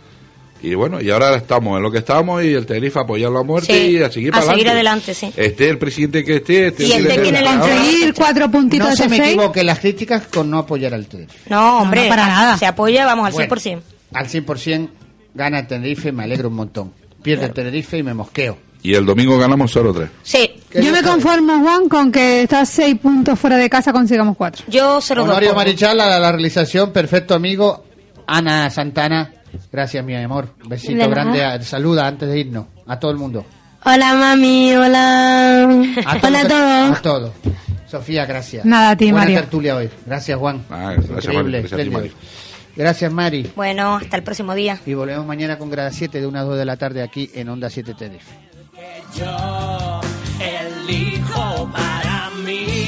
Speaker 5: Y bueno, y ahora estamos en lo que estamos y el Tenerife a apoyar la muerte
Speaker 6: Sí,
Speaker 5: y a seguir
Speaker 6: a
Speaker 5: para
Speaker 6: seguir
Speaker 5: adelante.
Speaker 6: adelante, sí.
Speaker 5: Esté el presidente que esté, esté
Speaker 6: Y el de quien
Speaker 5: ahora-
Speaker 4: Conseguir cuatro puntitos
Speaker 3: No se
Speaker 4: de
Speaker 3: me
Speaker 4: seis.
Speaker 3: equivoque las críticas con no apoyar al Tenerife.
Speaker 6: No, hombre,
Speaker 4: no, para
Speaker 6: a-
Speaker 4: nada.
Speaker 6: se apoya, vamos al
Speaker 3: Bueno.
Speaker 6: 100%.
Speaker 3: Al 100% gana el Tenerife, me alegro un montón. Pierde el Tenerife y me mosqueo.
Speaker 5: Y el domingo ganamos 0-3.
Speaker 6: Sí,
Speaker 4: Yo me conformo, Juan, con que estás seis puntos fuera de casa, consigamos cuatro.
Speaker 6: yo se lo doy.
Speaker 3: Honorio
Speaker 6: por-
Speaker 3: Marichal a la, la realización, perfecto amigo. Ana Santana, gracias mi amor. Besito
Speaker 7: De nada.
Speaker 3: grande. a- Saluda antes de irnos a todo el mundo.
Speaker 7: Hola mami, hola.
Speaker 3: A
Speaker 7: hola a todos.
Speaker 3: A todos. Sofía, gracias.
Speaker 4: Nada, a ti,
Speaker 3: Buena
Speaker 4: Mario.
Speaker 3: tertulia hoy. Gracias, Juan.
Speaker 5: Ah, gracias, Mari,
Speaker 3: Increíble,
Speaker 5: gracias a ti,
Speaker 3: espléndido.
Speaker 5: Mari.
Speaker 3: Gracias, Mari.
Speaker 6: Bueno, hasta el próximo día.
Speaker 3: Y volvemos mañana con Grada 7 de 1 a 2 de la tarde aquí en Onda 7 Tenerife.
Speaker 2: Yo elijo para mí.